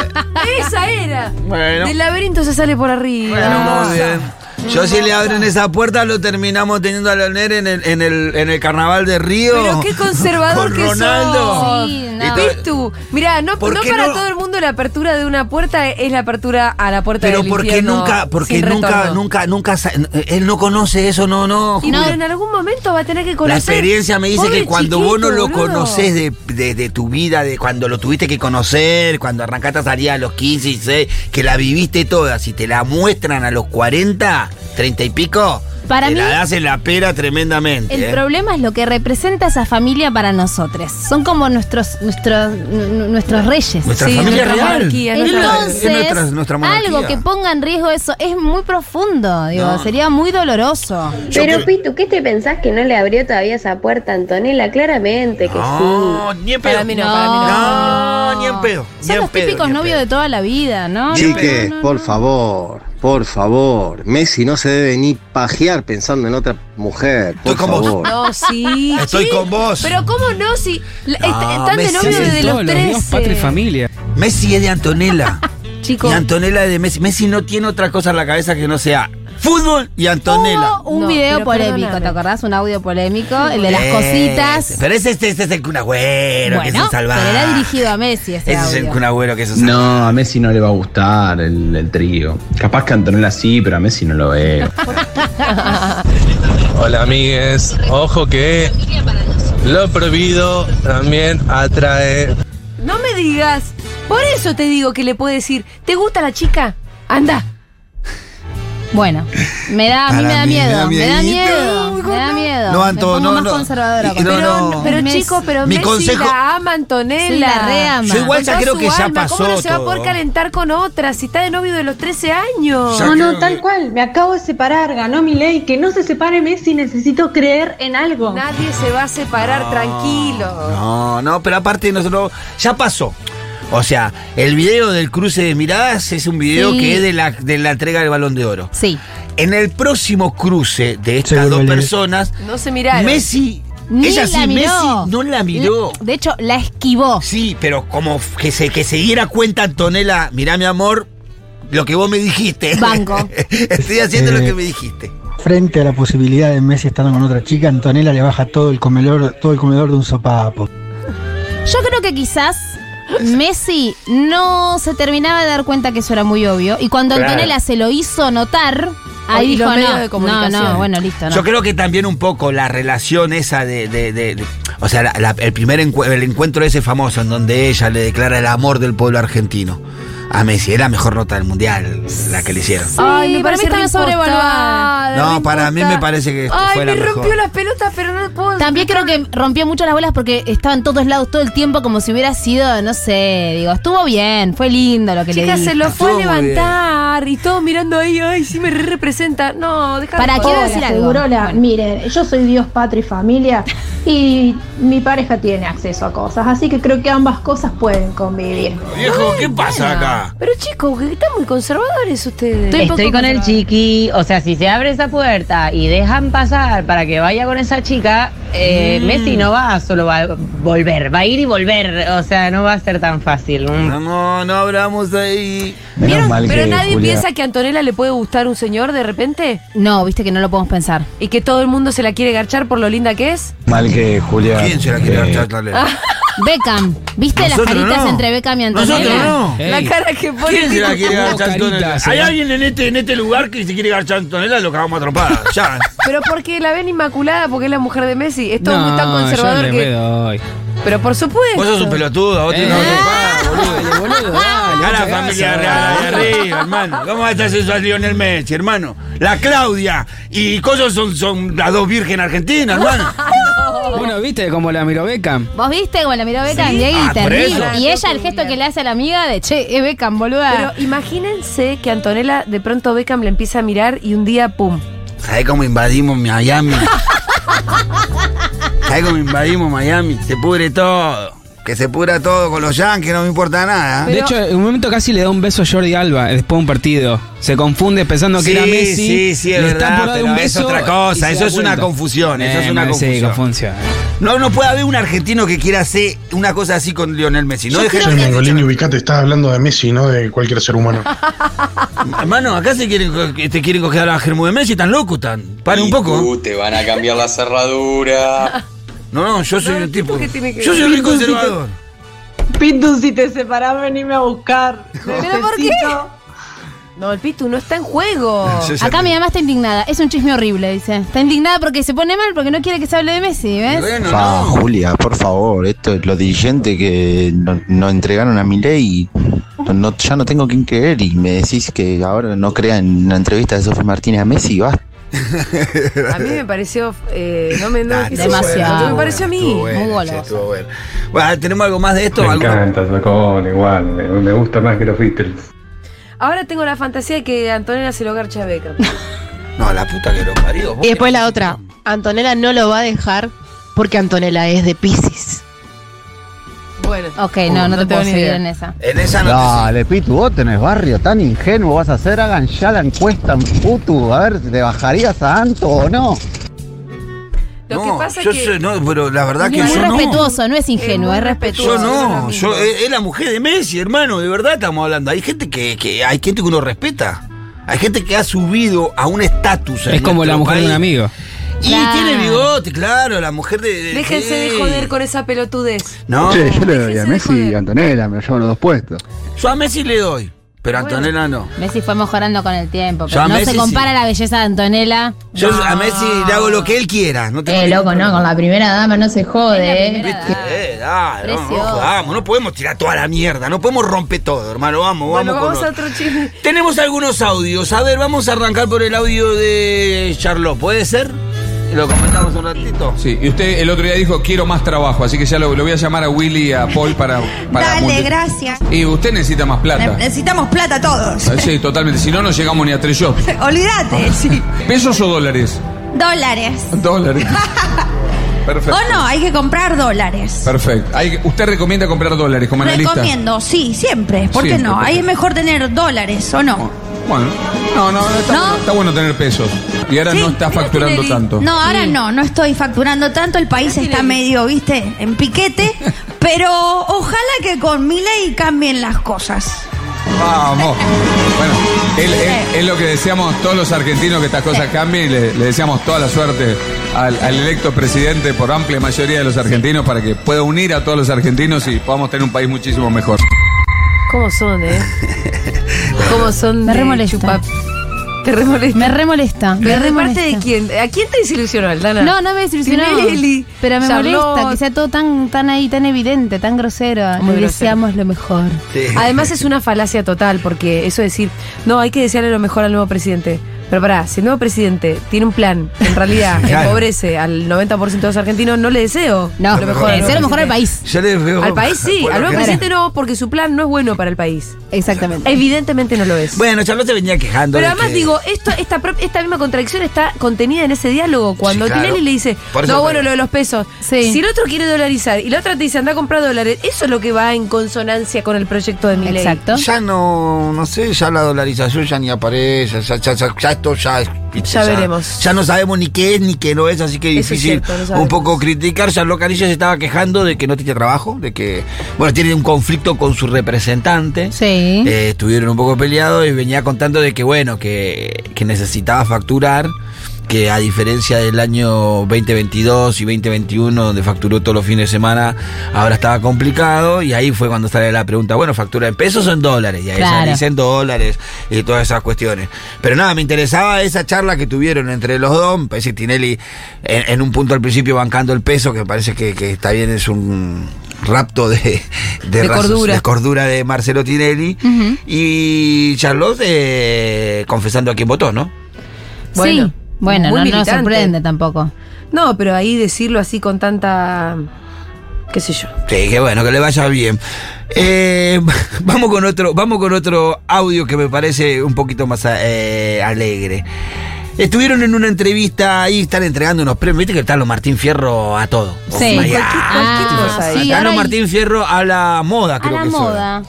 ¡Esa era! Bueno. Del laberinto se sale por arriba. Bueno, muy bien. Yo si le abren esa puerta lo terminamos teniendo a Leonel en el, en el, en el carnaval de Río. Pero qué conservador con que Ronaldo. sos. Sí, no. Y todo- Pitu, mirá, no, ¿Por no qué para no? todo el mundo la apertura de una puerta es la apertura a la puerta Pero del porque infierno nunca, porque sin nunca, retorno. nunca, nunca, sa- él no conoce eso, no, no. Y Julio. pero en algún momento va a tener que conocer. La experiencia me dice Pobre que cuando vos no lo chiquito, boludo. conocés de, de- de tu vida, de cuando lo tuviste que conocer, cuando arrancaste a salir a los 15 y 6, que la viviste toda, si te la muestran a los 40, 30 y pico, Para te la mí- das en la pera tremendamente. El ¿eh? problema es lo que representa esa familia para nosotros. Son como nuestros, nuestros, nu- nuestros reyes. Nuestra Sí, familia nuestra real. monarquía, Es la- Entonces, es nuestra, nuestra monarquía. algo que ponga en riesgo eso es muy profundo, digo, No. sería muy doloroso. Yo creo- Pitu, ¿qué te pensás que no le abrió todavía esa puerta a Antonella? Claramente No, ni en pedo. Para mí no, para mí no. No, ni en pedo. ni Son en los pedo, típicos ni en novios pedo. de toda la vida, Ah, ¿no? Chiques, No, no, no, por no. favor, por favor. Messi no se debe ni pajear pensando en otra mujer, por Estoy con vos. favor. No, sí. Estoy sí. con vos. Pero ¿cómo no? Si la- est- No, están de Messi novio es desde todos los los días, 13. patria y familia. Messi es de Antonella. Chicos, y Antonella es de Messi. Messi no tiene otra cosa en la cabeza que no sea Fútbol y Antonella. Oh, Hubo un video polémico, ¿te acordás? Un audio polémico, el de las cositas. Ese, Pero ese, ese, ese es el Kun Agüero, que es Bueno, un pero salvaje. era dirigido a Messi ese, Ese es el audio. Kun Agüero que es un salvaje. No, a Messi no le va a gustar el, el trío. Capaz que Antonella sí, pero a Messi no lo veo. Hola amigues, ojo que lo prohibido también atrae. No me digas. Por eso te digo que le puedo decir, ¿te gusta la chica? Anda. Bueno, me da, a mí Para me da mí, me miedo, da me da miedito. miedo, me da miedo. No, Anto, Me pongo no, más no. conservadora. con No, esto. no. Pero Oh, Messi- chico, pero Mi Messi consejo- la ama Antonella. Sí, la reama. Yo igual ya Con creo su que ya alma, ¿Cómo pasó no se va a poder todo? calentar con otra si está de novio de los 13 años? No, no, tal cual. Me acabo de separar. Ganó mi ley. Que no se separe Messi. Necesito creer en algo. Nadie se va a separar, Ah. tranquilo. No, no, pero aparte nosotros ya pasó. O sea, el video del cruce de miradas es un video Sí. que es de la, de la entrega del Balón de Oro. Sí. En el próximo cruce de estas Seguro dos le- personas, No se miraron. Messi, Ni ella la sí, miró. Messi no la miró. De hecho, la esquivó. Sí, pero como f- que se, que se diera cuenta Antonella, mirá mi amor, lo que vos me dijiste. Banco. Estoy haciendo lo Eh, que me dijiste. Frente a la posibilidad de Messi estando con otra chica, Antonella le baja todo el comedor, todo el comedor de un sopapo. Yo creo que quizás Messi no se terminaba de dar cuenta que eso era muy obvio. Y cuando Claro. Antonella se lo hizo notar, ahí Y dijo, los medios de no, no, comunicación". no, bueno, listo, no. Yo creo que también un poco la relación esa de. de- de- de- o sea, la- la- el primer encue- el encuentro ese famoso en donde ella le declara el amor del pueblo argentino a Messi. Era la mejor nota del mundial la que le hicieron. Ay, me para mí parece está reimpostada, sobrevaluada. No, para mí me parece que esto Ay, fue me la mejor. rompió las pelotas, pero no puedo. También creo que rompió mucho las bolas porque estaba en todos lados todo el tiempo como si hubiera sido, no sé, digo, estuvo bien, fue lindo lo que le Chicas, dije. se lo fue a Estuvo muy levantar y todos mirando ahí, ay, sí me re representa. No, déjame. Para, quiero decir algo. Bueno. Miren, yo soy Dios, patria y familia y mi pareja tiene acceso a cosas, así que creo que ambas cosas pueden convivir. Viejo, ¿qué pasa acá? Pero chicos, que están muy conservadores ustedes. Estoy, con el chiqui, o sea, si se abre esa puerta y dejan pasar para que vaya con esa chica, eh, Mm. Messi no va, solo va a volver, va a ir y volver, o sea, no va a ser tan fácil. No, no, no abramos ahí. Menos mal Pero que nadie Julia- piensa que a Antonella le puede gustar un señor de repente No, viste que no lo podemos pensar. y que todo el mundo se la quiere garchar por lo linda que es. Mal que Julia. ¿Quién se la quiere eh, garchar, Talera? Beckham, ¿viste Nosotros Ah, las caritas no. entre Beckham y Antonella? Nosotros no. La cara que pone. ¿Quién se la quiere Tipo, garchar Antonella? caritas, Hay eh. alguien en este, en este lugar que se quiere garchar Antonella, lo cagamos a trompadas. Ya. Pero porque la ven inmaculada, porque es la mujer de Messi. Es todo muy tan yo conservador le que. doy. Pero por supuesto. Vos sos un pelotudo, a vos te Eh. Ah, cagamos a trompadas, boludo. Dale, boludo, dale, Ya la mucha familia grasa, real de dale. arriba, hermano. ¿Cómo va a estar sensual Lionel Messi, hermano? La Claudia y Coso son, son las dos virgen argentinas, hermano. Bueno, viste como la miró Beckham. ¿Vos viste cómo la miró Beckham? Sí. Y ahí Ah, por terrible. eso. Y ella, el gesto que le hace a la amiga de, che, es Beckham, boluda. Pero imagínense que Antonella de pronto Beckham le empieza a mirar y un día, pum. ¿Sabés cómo invadimos Miami? ¿Sabés cómo invadimos Miami? Se pudre todo. Que se pudra todo con los yankees, no me importa nada. ¿eh? de hecho, en un momento casi le da un beso a Jordi Alba eh, después de un partido. Se confunde pensando que Sí, era Messi. sí, sí, es le está verdad, por dar pero un es beso otra y cosa, se da eso es una cuenta. confusión, eso es Eh, una sí, confusión. confusión. No, no puede haber un argentino que quiera hacer una cosa así con Lionel Messi. No dejes Che, Mengolini, ubicate, estás hablando de Messi, no de cualquier ser humano. Hermano, acá se quieren, co- te quieren coger a Germú de Messi, tan loco, tan. Pare un poco. ¿eh? Te van a cambiar la cerradura. No, no, yo soy un tipo. que tiene que Yo soy ver. un conservador. Pitu, si te separás, venime a buscar. ¿Pero por qué? No, el Pitu no está en juego. Yo ya Acá te- mi mamá está indignada. Es un chisme horrible, dice. Está indignada porque se pone mal porque no quiere que se hable de Messi, ¿ves? Bueno, Fa, no. Julia, por favor, esto los dirigentes que no- nos entregaron a mi ley, ya no tengo quien creer y me decís que ahora no crean en la entrevista de Sofía Martínez a Messi, va. A mí me pareció. eh, no me. No, Nah, quise- estuvo demasiado. Me estuvo pareció a mí. estuvo Muy che, goloso. estuvo bueno. Bueno, ¿tenemos algo más de esto? Me ¿Algo? encanta Socón, igual. Me, me gusta más que los Beatles. Ahora tengo la fantasía de que Antonella se lo garcha a Beckham. No, la puta que lo parió. vos Y después la otra, Antonella no lo va a dejar porque Antonella es de Pisces. Bueno. Ok, Oh, no, no, no te tengo puedo ni seguir idea. en esa. En esa no Dale, Pitu, vos tenés barrio, tan ingenuo vas a ser, hagan ya la encuesta en Putu, a ver, ¿te bajarías a Anto o no? Lo que no, pasa yo que- sé, no, pero la verdad que es yo muy no. respetuoso, no. es ingenuo, Es es, muy respetuoso. Yo no, Nosotros yo, eh, es, es la mujer de Messi, hermano, de verdad estamos hablando. Hay gente que, que hay gente que uno respeta. Hay gente que ha subido a un estatus. en Es como nuestro la mujer de un país. amigo. Y Claro. tiene bigote, claro, la mujer de. de- Déjense sí. de joder con esa pelotudez. No. Che, yo le doy a Messi y a Antonella, me lo llevo los dos puestos. Yo a Messi le doy, pero a Antonella no. Messi fue mejorando con el tiempo, Yo pero a no Messi se compara la belleza de Antonella. Yo a Messi le hago lo que él quiera. No tengo Eh, ningún loco, no, con la primera dama no se jode. eh. ¿Viste? Eh, dale, no, no jodamos, no podemos tirar toda la mierda, no podemos romper todo, hermano, vamos, Bueno, vamos. con vamos a otro. otro chisme. Tenemos algunos audios, a ver, vamos a arrancar por el audio de Charlot, ¿puede ser? Lo comentamos un ratito. Sí, y usted el otro día dijo, quiero más trabajo, así que ya lo, lo voy a llamar a Willy y a Paul para... para multi- Dale, gracias. Y usted necesita más plata. Eh, Necesitamos plata todos. Ah, Sí, totalmente, si no, no llegamos ni a tres shops. Ah. Olvídate, sí. ¿Pesos o dólares? Dólares. Dólares. Perfecto. O no, hay que comprar dólares. Perfecto. Hay- usted recomienda comprar dólares como analista. Recomiendo, sí, siempre. ¿Por qué Siempre, no? perfecto. Ahí es mejor tener dólares, ¿o no? Bueno, no, no, está, Bueno, está bueno tener pesos. Y ahora no está facturando tanto. No, ahora no, no estoy facturando tanto, el país está medio, viste, en piquete, pero ojalá que con mi ley cambien las cosas. Vamos. Bueno, es- es- es lo que deseamos todos los argentinos que estas cosas cambien y le, le deseamos toda la suerte al, al electo presidente por amplia mayoría de los argentinos para que pueda unir a todos los argentinos y podamos tener un país muchísimo mejor. ¿Cómo son, eh? ¿Cómo son Me de remolesta. chupa- Te remolesta. Me remolesta. Me ¿Pero de parte remolesta. de quién? ¿A quién te desilusionó, Aldana? No, no me desilusionó. Tinelli, Pero me Charlotte. molesta que sea todo tan, tan ahí, tan evidente, tan grosero. Muy Le grosero. deseamos lo mejor. Además es una falacia total, porque eso de decir, no, hay que desearle lo mejor al nuevo presidente. Pero pará, si el nuevo presidente tiene un plan, en realidad Claro. empobrece al 90% de los argentinos, no le deseo. No, lo le deseo lo mejor al país. Yo le veo- Al país sí, Bueno, al nuevo claro. presidente no, porque su plan no es bueno para el país. Exactamente. Evidentemente no lo es. Bueno, Charlot se venía quejando. Pero de además que- digo, esto, esta, pro- esta misma contradicción está contenida en ese diálogo. Cuando Sí, claro. Tinelli le dice, Por eso no, te- bueno, lo de los pesos. Si el otro quiere dolarizar y la otra te dice, anda a comprar dólares, eso es lo que va en consonancia con el proyecto de mi Ya no, no sé, ya la dolarización ya ni aparece, ya, ya- ya- ya esto ya es- Ya veremos. Ya no sabemos ni qué es ni qué no es, así que Eso es difícil cierto, no sabemos. un poco criticar. Charlo Canilla se estaba quejando de que no tiene trabajo, de que, bueno, tiene un conflicto con su representante. Sí. Eh, estuvieron un poco peleados y venía contando de que, bueno, que, que necesitaba facturar, que a diferencia del año 2022 y 2021, donde facturó todos los fines de semana, ahora estaba complicado. Y ahí fue cuando sale la pregunta, bueno, ¿factura en pesos o en dólares? Y ahí Claro. se dicen dólares y todas esas cuestiones. Pero nada, me interesaba esa charla que tuvieron entre los dos. Me Parece que Tinelli, en, en un punto al principio, bancando el peso, que me parece que, que está bien, es un rapto de, de, De razos- cordura. de cordura de Marcelo Tinelli. Ujú. Y Charlotte eh, confesando a quién votó, ¿no? Bueno, sí. Bueno, no, muy no nos militante. sorprende tampoco. No, pero ahí decirlo así con tanta. qué sé yo. Sí, que bueno, que le vaya bien. Eh, vamos, con otro, vamos con otro audio que me parece un poquito más eh, alegre. Estuvieron en una entrevista ahí, están entregando unos premios. Viste que está los Martín Fierro a todo. Sí. Ay, Ah, sí, Acá ahora no hay- Martín Fierro a la moda, A creo la que es ahora. moda.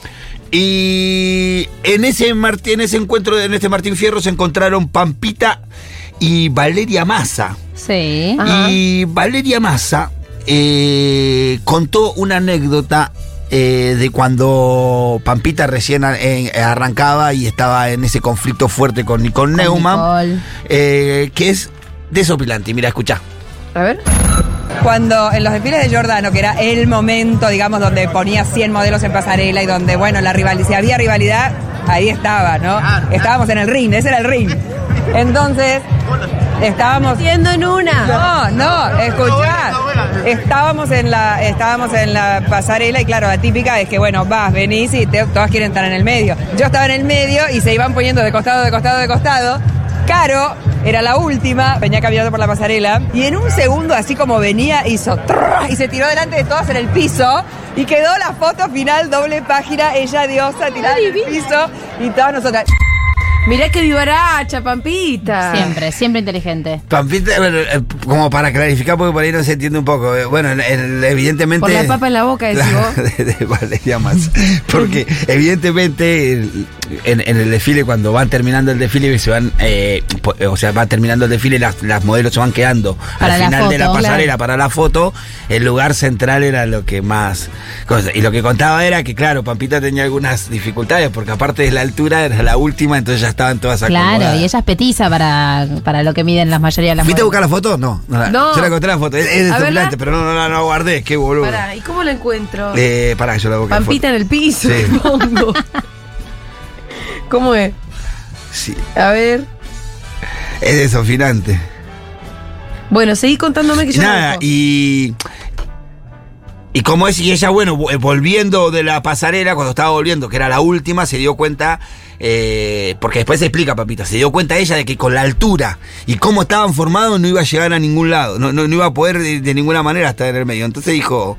Y en ese, Martín, en ese encuentro, en este Martín Fierro, se encontraron Pampita y Valeria Massa. Sí. Y Valeria Massa eh, contó una anécdota eh, de cuando Pampita recién a- en- arrancaba y estaba en ese conflicto fuerte con Nicole Neumann, eh, que es desopilante. Mira, escucha. A ver. Cuando en los desfiles de Giordano, que era el momento, digamos, donde ponía 100 modelos en pasarela y donde, bueno, la rival- si había rivalidad, ahí estaba, ¿no? Estábamos en el ring, ese era el ring. Entonces, estábamos... Siendo en una. No, no, escuchá. Estábamos en la, estábamos en la pasarela y claro, la típica es que, bueno, vas, venís y te- todas quieren estar en el medio. Yo estaba en el medio y se iban poniendo de costado, de costado, de costado. Caro era la última, venía caminando por la pasarela y en un segundo, así como venía, hizo trrr, y se tiró delante de todas en el piso y quedó la foto final, doble página, ella diosa tirada en el piso y todas nosotras. Mirá que vivaracha, Pampita. Siempre, siempre inteligente. Pampita, bueno, eh, como para clarificar, porque por ahí no se entiende un poco. eh, Bueno, el- el- evidentemente. Por la papa en la boca, decís Claro, vos. de, de Valeria Massa. Porque evidentemente el- en, en el desfile, cuando van terminando el desfile, se van, eh, po- o sea, va terminando el desfile, las, las modelos se van quedando Para al la final de la foto, pasarela claro. para la foto. El lugar central era lo que más. cosa. Y lo que contaba era que, claro, Pampita tenía algunas dificultades, porque aparte de la altura era la última, entonces ya estaban todas Claro, acomodadas. y ella es petiza para, para lo que miden la mayoría de las ¿Fuiste a mujeres. buscar la foto? No. no, la- No. Yo la encontré la foto. Es, es de A ver, semblante, la- pero no, no, la- no la guardé. Qué boludo. Pará, ¿y cómo lo encuentro? Eh, pará, que yo la busqué. la Pampita en el piso, Sí. supongo. ¿Cómo es? foto. Sí. A ver. Es desofinante. Bueno, seguí contándome que yo la Nada, busco. y. Y como es, y ella, bueno, vo- eh, volviendo de la pasarela, cuando estaba volviendo, que era la última, se dio cuenta, eh, porque después se explica, papita, se dio cuenta ella de que con la altura y cómo estaban formados no iba a llegar a ningún lado, no, no- no iba a poder de, de ninguna manera estar en el medio. Entonces dijo,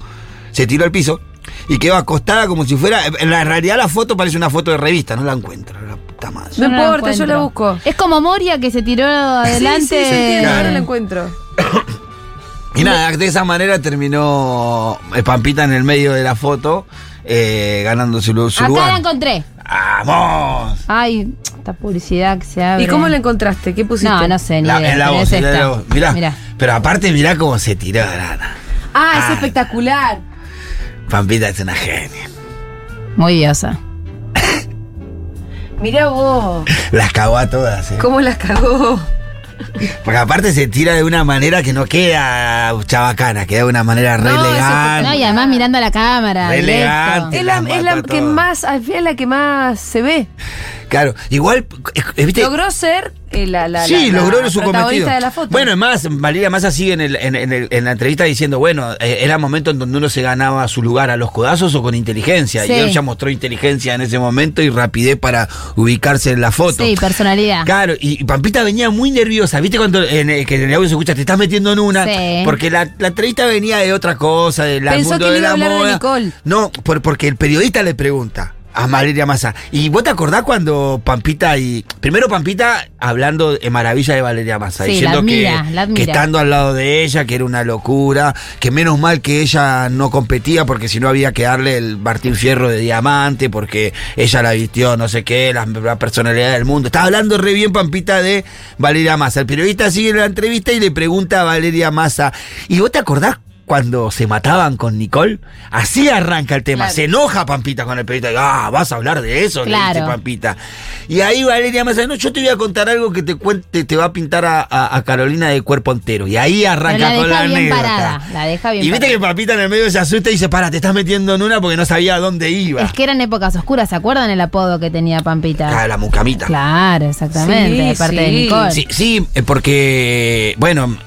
se tiró al piso y quedó acostada como si fuera. En la realidad, la foto parece una foto de revista, no la encuentro, la puta madre. Yo No la importa, yo la encuentro. busco. Es como Moria que se tiró adelante. Sí, sí, yo entiendo, Claro. no la encuentro. Y nada, de esa manera terminó eh, Pampita en el medio de la foto, eh, ganando su, lu- su Acá la lugar. encontré. ¡Vamos! Ay, esta publicidad que se abre. ¿Y cómo la encontraste? ¿Qué pusiste? No, no sé, ni La- idea, en la pero voz, es en la esta. voz. Mirá. Mirá. Pero aparte, mirá cómo se tiró de lana. Ah, es Ah. espectacular. Pampita es una genia. Muy diosa. Mirá vos, Las cagó a todas, ¿eh? cómo las cagó. Porque aparte se tira de una manera que no queda chabacana, queda de una manera re No, eso- No, elegante. y además mirando a la cámara. Re directo. elegante. Es la, Las es la mató a que todas. más, al final la que más se ve. Claro, igual, eh, eh, ¿viste? Logró ser eh, la, la, sí, la- logró la su protagonista cometido. de la foto. Bueno, es más, Valeria Massa sigue en, el- en- en el- en la entrevista diciendo, bueno, eh, era momento en donde uno se ganaba su lugar a los codazos o con inteligencia. Sí. Y ella mostró inteligencia en ese momento y rapidez para ubicarse en la foto. Sí, personalidad. Claro, y, y Pampita venía muy nerviosa. ¿Viste cuando en, el- que en el audio se escucha, te estás metiendo en una? Sí. Porque la, la entrevista venía de otra cosa, del Pensó mundo que de le iba la a hablar de moda. Nicole. No, por- porque el periodista le pregunta a Valeria Massa. ¿Y vos te acordás cuando Pampita y. Primero Pampita hablando en maravilla de Valeria Massa, Sí, diciendo la admira, que, la admira. que estando al lado de ella, que era una locura, que menos mal que ella no competía, porque si no había que darle el Martín Fierro de diamante, porque ella la vistió, no sé qué, la, la personalidad del mundo. Estaba hablando re bien Pampita de Valeria Massa. El periodista sigue la entrevista y le pregunta a Valeria Massa. ¿Y vos te acordás? Cuando se mataban con Nicole, así arranca el tema. Claro. Se enoja Pampita con el periodista. Ah, vas a hablar de eso, le dice Claro. Pampita. Y ahí Valeria Massa, no, yo te voy a contar algo que te cuente, te va a pintar a, a- a Carolina de cuerpo entero. Y ahí Pero arranca la con deja la bien anécdota. parada. La deja bien y viste parada. que Papita en el medio se asusta y dice, para, te estás metiendo en una porque no sabía a dónde iba. Es que eran épocas oscuras, ¿se acuerdan el apodo que tenía Pampita? Ah, la mucamita. Claro, exactamente, Sí, de parte de sí. Nicole. Sí, sí, eh, porque, bueno,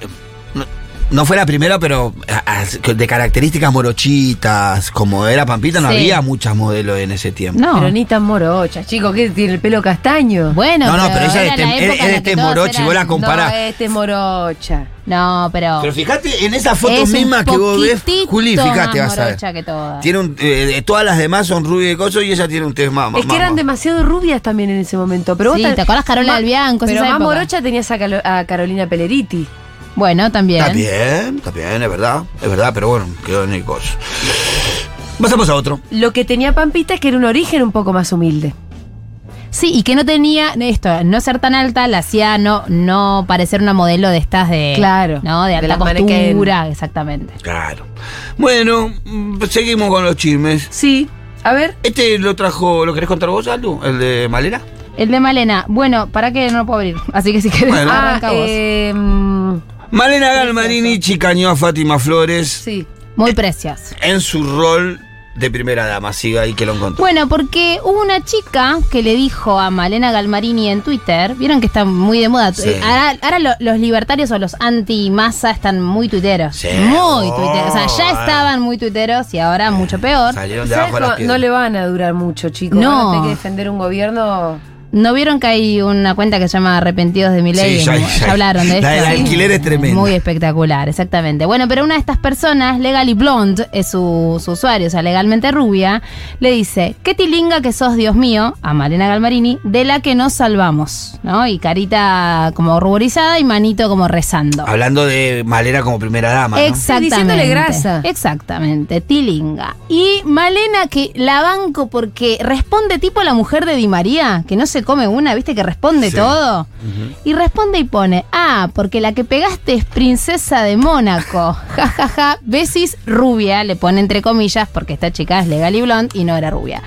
no, no fue la primera, pero a- a- de características morochitas, como era Pampita, no Sí. había muchas modelos en ese tiemempo. No. Pero ni tan morocha, chicos, que tiene el pelo castaño. Bueno, No, no, pero ella era es de la tem- época es- en es la que de todos Temorochi, vos la eran- e- compa- Compará. No, este morocha. No, pero. Pero fíjate en esa foto es un misma que vos ves, poquitito Juli, más fíjate, vas a ver. morocha que todas. Tiene un, eh, todas las demás son rubias y cosas y ella tiene un test más. más- es que eran más- demasiado rubias también en ese momento. Pero vos Sí, tan- ¿te acordás Carola Ma- del Bianco? Pero Esa más época. morocha tenías a, Calo- a Carolina Peleriti. Bueno, también. Está bien, está bien, es verdad, es verdad, pero bueno, quedó en el coso. Pasamos a otro. Lo que tenía Pampita es que era un origen un poco más humilde. Sí, y que no tenía esto, no ser tan alta, la hacía no, no parecer una modelo de estas de. Claro, ¿no? De de alta las costura, mannequin. exactamente. Claro. Bueno, mm, seguimos con los chismes. Sí, a ver. Este lo trajo, ¿lo querés contar vos, Aldo? ¿El de Malera? El de Malena, bueno, para que no lo puedo abrir. Así que si querés, Bueno. Ah, arranca vos. eh, mm, Malena Galmarini chicañó a Fátima Flores sí. Muy preciosa. en su rol de primera dama. Siga ahí que lo encontró. Bueno, porque hubo una chica que le dijo a Malena Galmarini en Twitter, vieron que está muy de moda. Eh, Sí. Ahora, ahora lo- los libertarios o los anti-masa están muy tuiteros. Sí. Muy Oh, tuiteros. O sea, ya bueno. estaban muy tuiteros y ahora mucho peor. Salieron de ¿Sabes abajo de las cómo? piedras. No le van a durar mucho, chicos. No. Van a tener que defender un gobierno. ¿No vieron que hay una cuenta que se llama Arrepentidos de Miley? Sí, ya- ya- hablaron de esto. la del alquiler es tremenda. Muy espectacular, exactamente. Bueno, pero una de estas personas, Legally Blonde, es su, su usuario, o sea, legalmente rubia, le dice, qué tilinga que sos, Dios mío, a Malena Galmarini, de la que nos salvamos, ¿no? Y carita como ruborizada y manito como rezando. Hablando de Malera como primera dama. ¿no? Exactamente. Sí, diciéndole grasa. Exactamente, tilinga. Y Malena, que la banco porque responde tipo la mujer de Di María, que no se come una, viste que responde Sí. todo. Y responde y pone, ah, porque la que pegaste es princesa de Mónaco. Ja, ja, ja, besis rubia, le pone entre comillas, porque esta chica es legal y blonde y no era rubia.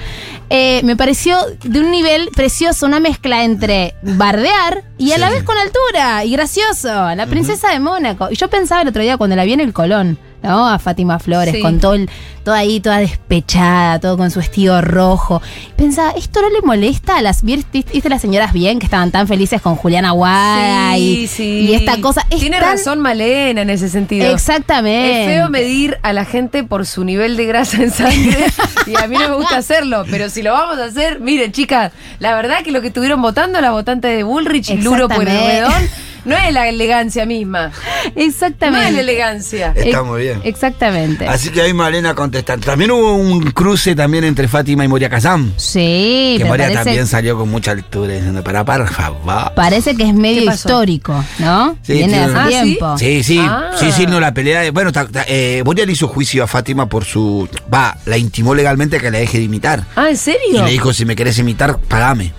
eh, me pareció de un nivel precioso, una mezcla entre bardear y a la vez con altura y gracioso. La princesa de Mónaco. Y yo pensaba el otro día cuando la vi en el Colón, ¿no? A Fátima Flores, Sí. con todo el, toda ahí, toda despechada, todo con su vestido rojo. Pensaba, ¿esto no le molesta a las, viste, viste las señoras bien que estaban tan felices con Juliana Guada y, y esta cosa? Es Tiene tan- razón Malena en ese sentido. Exactamente. Es feo medir a la gente por su nivel de grasa en sangre y a mí no me gusta hacerlo, pero si lo vamos a hacer, miren chicas, la verdad que lo que estuvieron votando las votantes de Bullrich y Luro Exactamente. Pueyrredón no es la elegancia misma, no Exactamente. es la elegancia. Está Ex- muy bien. Exactamente. Así que ahí Malena contesta. También hubo un cruce también entre Fátima y Moria Kazam. Sí, que pero Moria parece, también salió con mucha altura diciendo, para, para, favor. parece que es medio ¿Qué pasó? histórico, ¿no? Sí, Viene tiene de hace razón. Ah, ¿sí? tiempo. Sí, sí, Ah. sí, sí, no, la pelea. de- Bueno, ta- ta- eh, Moria le hizo juicio a Fátima por su. Va, la intimó legalmente que la deje de imitar. Ah, ¿en Y serio? le dijo, si me querés imitar, pagame.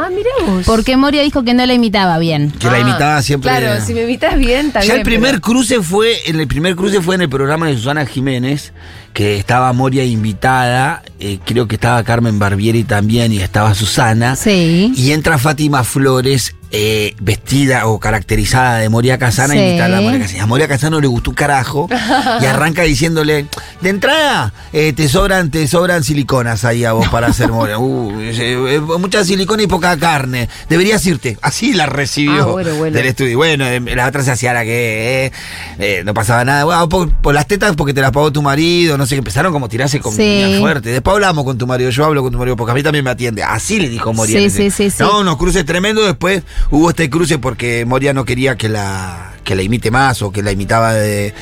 Ah, mirá vos. Porque Moria dijo que no la imitaba bien. Que la Ah, imitaba siempre. Claro, si me imitas bien, ya también. el primer cruce fue, en el primer cruce fue en el programa de Susana Jiménez, que estaba Moria invitada, eh, creo que estaba Carmen Barbieri también y estaba Susana. Sí. Y entra Fátima Flores, eh, vestida o caracterizada de Moria Casana, Sí. invitada a Moria Casana. A Moria Casano le gustó un carajo y arranca diciéndole, de entrada, eh, te sobran, te sobran siliconas ahí a vos para hacer Moria. Uh, eh, eh, mucha silicona y poca carne. Deberías irte. Así la recibió Ah, bueno, bueno. del estudio. Y Bueno, eh, la otra se hacía la que eh, eh, no pasaba nada. Bueno, por, por las tetas porque te las pagó tu marido, no sé qué. Empezaron como a tirarse con Sí. niña fuerte. Después hablamos con tu marido, yo hablo con tu marido porque a mí también me atiende. Así le dijo Moria. Sí, en ese- sí, sí, sí. No, unos cruces tremendos. Después hubo este cruce porque Moria no quería que la que la imite más o que la imitaba de,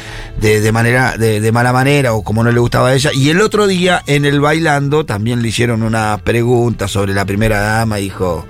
de- de manera de, de mala manera o como no le gustaba a ella. Y el otro día en el bailando también le hicieron una pregunta sobre la primera dama. Dijo,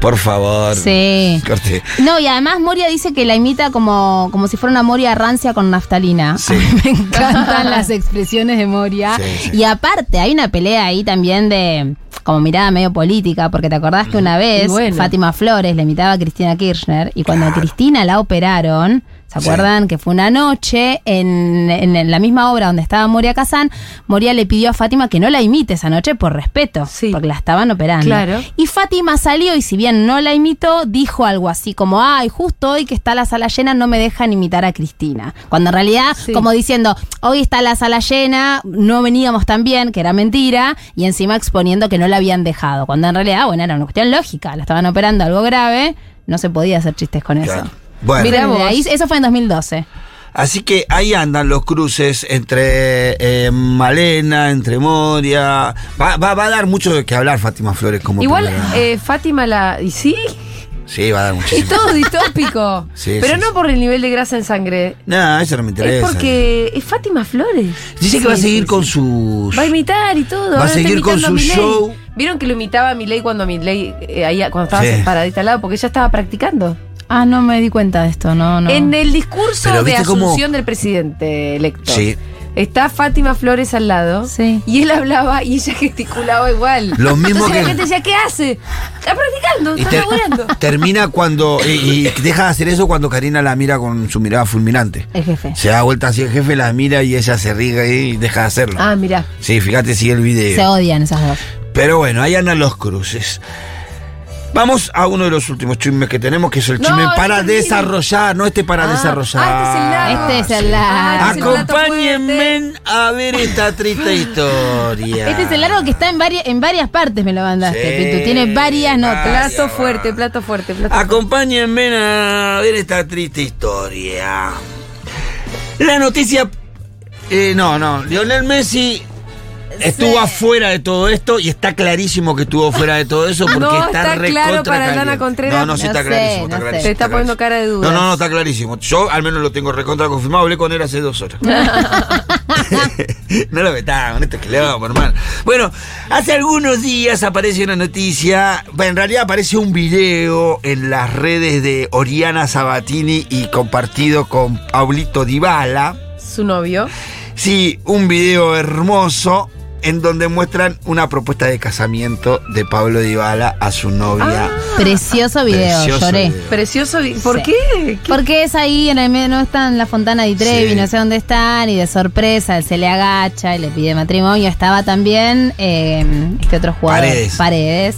por favor, Sí. corte. No, y además Moria dice que la imita como, como si fuera una Moria rancia con naftalina. Sí. A mí me encantan las expresiones de Moria. Sí, sí. Y aparte, hay una pelea ahí también de como mirada medio política, porque te acordás que una vez Mm. bueno. Fátima Flores le imitaba a Cristina Kirchner y cuando a Cristina la operaron, ¿se Sí. acuerdan? Que fue una noche en, en- en la misma obra donde estaba Moria Kazán, Moria le pidió a Fátima que no la imite esa noche por respeto, Sí. porque la estaban operando. Claro. Y Fátima salió y si bien no la imitó, dijo algo así como, ay, justo hoy que está la sala llena no me dejan imitar a Cristina. Cuando en realidad, Sí. como diciendo, hoy está la sala llena, no veníamos tan bien, que era mentira, y encima exponiendo que no la habían dejado. Cuando en realidad, bueno, era una cuestión lógica, la estaban operando algo grave, no se podía hacer chistes con eso. Claro. Bueno. Mira vos. Bueno, ahí- eso fue en 2012. Así que ahí andan los cruces entre eh, Malena, entre Moria. Va, va- va a dar mucho de qué hablar Fátima Flores como Igual, primera dama. eh, Fátima la. ¿Y sí? Sí, va a dar Es muchísimo. todo distópico. Sí, pero sí, no sí. por el nivel de grasa en sangre. No, eso no me Es interesa. porque es Fátima Flores. Dice que Sí, va a seguir sí, con sí. sus... Va a imitar y todo. Va a ahora está seguir con imitando a su Milei. show. Vieron que lo imitaba a Milei cuando Milei, eh, ahí, cuando estaba Sí. paradita al lado, porque ella estaba practicando. Ah, no me di cuenta de esto, no, no. En el discurso Pero de viste cómo- asunción del presidente electo. Sí. Está Fátima Flores al lado. Sí. Y él hablaba y ella gesticulaba igual. Lo mismo Entonces que- la gente decía, ¿qué hace? Está practicando, Y está ter- laburando. termina cuando... Y, y deja de hacer eso cuando Karina la mira con su mirada fulminante. El jefe. Se da vuelta hacia el jefe, la mira y ella se ríe y deja de hacerlo. Ah, mirá. Sí, fíjate, sigue el video. Se odian esas dos. Pero bueno, ahí andan los cruces. Vamos a uno de los últimos chismes que tenemos, que es el No, este chisme no para termine. desarrollar, no este para Ah, desarrollar. ah, Este es el Ah, largo. este es el dato Acompáñenme a ver esta triste historia. Este es el largo que está en varias, en varias partes, me lo mandaste, Sí, Pitu. Tiene varias notas. Plato fuerte, plato fuerte, plato Ah, fuerte. Acompáñenme a ver esta triste historia. La noticia... eh, no, no, Lionel Messi estuvo afuera de todo esto y está clarísimo que estuvo fuera de todo eso porque No, está, está recontra claro para caliente. Dana Contreras. No, no, sí No está sé, clarísimo, está no sé. clarísimo. Se está poniendo clarísimo. cara de duda. No, no, no, está clarísimo. Yo al menos lo tengo recontra confirmado. Hablé con él hace dos horas. no lo metaban, esto es que le vamos, hermano. Bueno, hace algunos días aparece una noticia. bueno, En realidad aparece un video en las redes de Oriana Sabatini y compartido con Paulito Dybala. Su novio. Sí, un video hermoso en donde muestran una propuesta de casamiento de Pablo Dybala a su novia. Precioso Ah, video, Precioso lloré. video. Precioso. vi- ¿Por Sí. qué? ¿Qué- Porque es ahí, en el medio no están la Fontana di Trevi, Sí. no sé dónde están, y de sorpresa él se le agacha y le pide matrimonio. Estaba también eh, este otro jugador, Paredes. Paredes.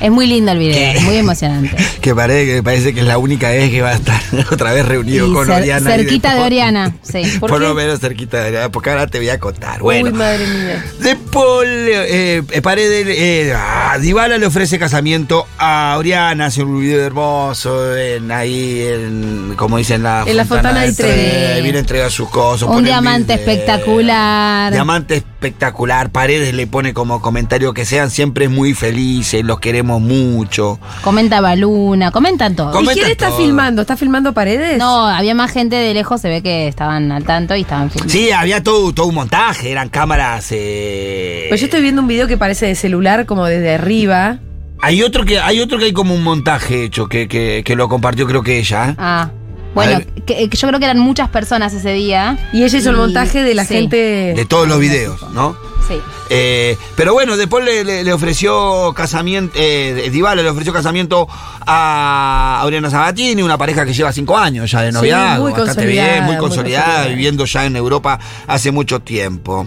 Es muy lindo el video, es muy emocionante. Que parece, que parece que es la única vez que va a estar otra vez reunido Y con cer- Oriana. y cerquita de después- Oriana, sí. Por, ¿Por qué? lo menos cerquita de Oriana, porque ahora te voy a contar. Bueno, Uy, madre mía. De Paul, eh, eh, Paredes, eh, ah, Dybala le ofrece casamiento a Oriana, hace un video hermoso, en, ahí, en, como dicen, la En la Fontana di Trevi. Viene a entregar sus cosas. Un pone el diamante video. espectacular. Diamante espectacular. Paredes le pone como comentario que sean siempre muy felices, los queremos mucho. Comenta Baluna, comentan todo. ¿Y Comenta quién está todo. filmando? ¿Está filmando paredes? No, había más gente de lejos, se ve que estaban al tanto y estaban filmando. Sí, había todo, todo un montaje, eran cámaras. eh, Pues yo estoy viendo un video que parece de celular, como desde arriba. Hay otro que hay otro que hay como un montaje hecho que, que, que lo compartió creo que ella. ¿eh? Ah, bueno, ver. que- que yo creo que eran muchas personas ese día. Y ella hizo el Y- montaje de la sí, gente. De todos los videos, ¿no? Sí. Eh, pero bueno, después le, le- le ofreció casamiento, eh, Dybala le ofreció casamiento a Oriana Sabatini, una pareja que lleva cinco años ya de Sí, noviazgo, muy bastante consolidada, bien, muy muy consolidada, consolidada. viviendo ya en Europa hace mucho tiempo.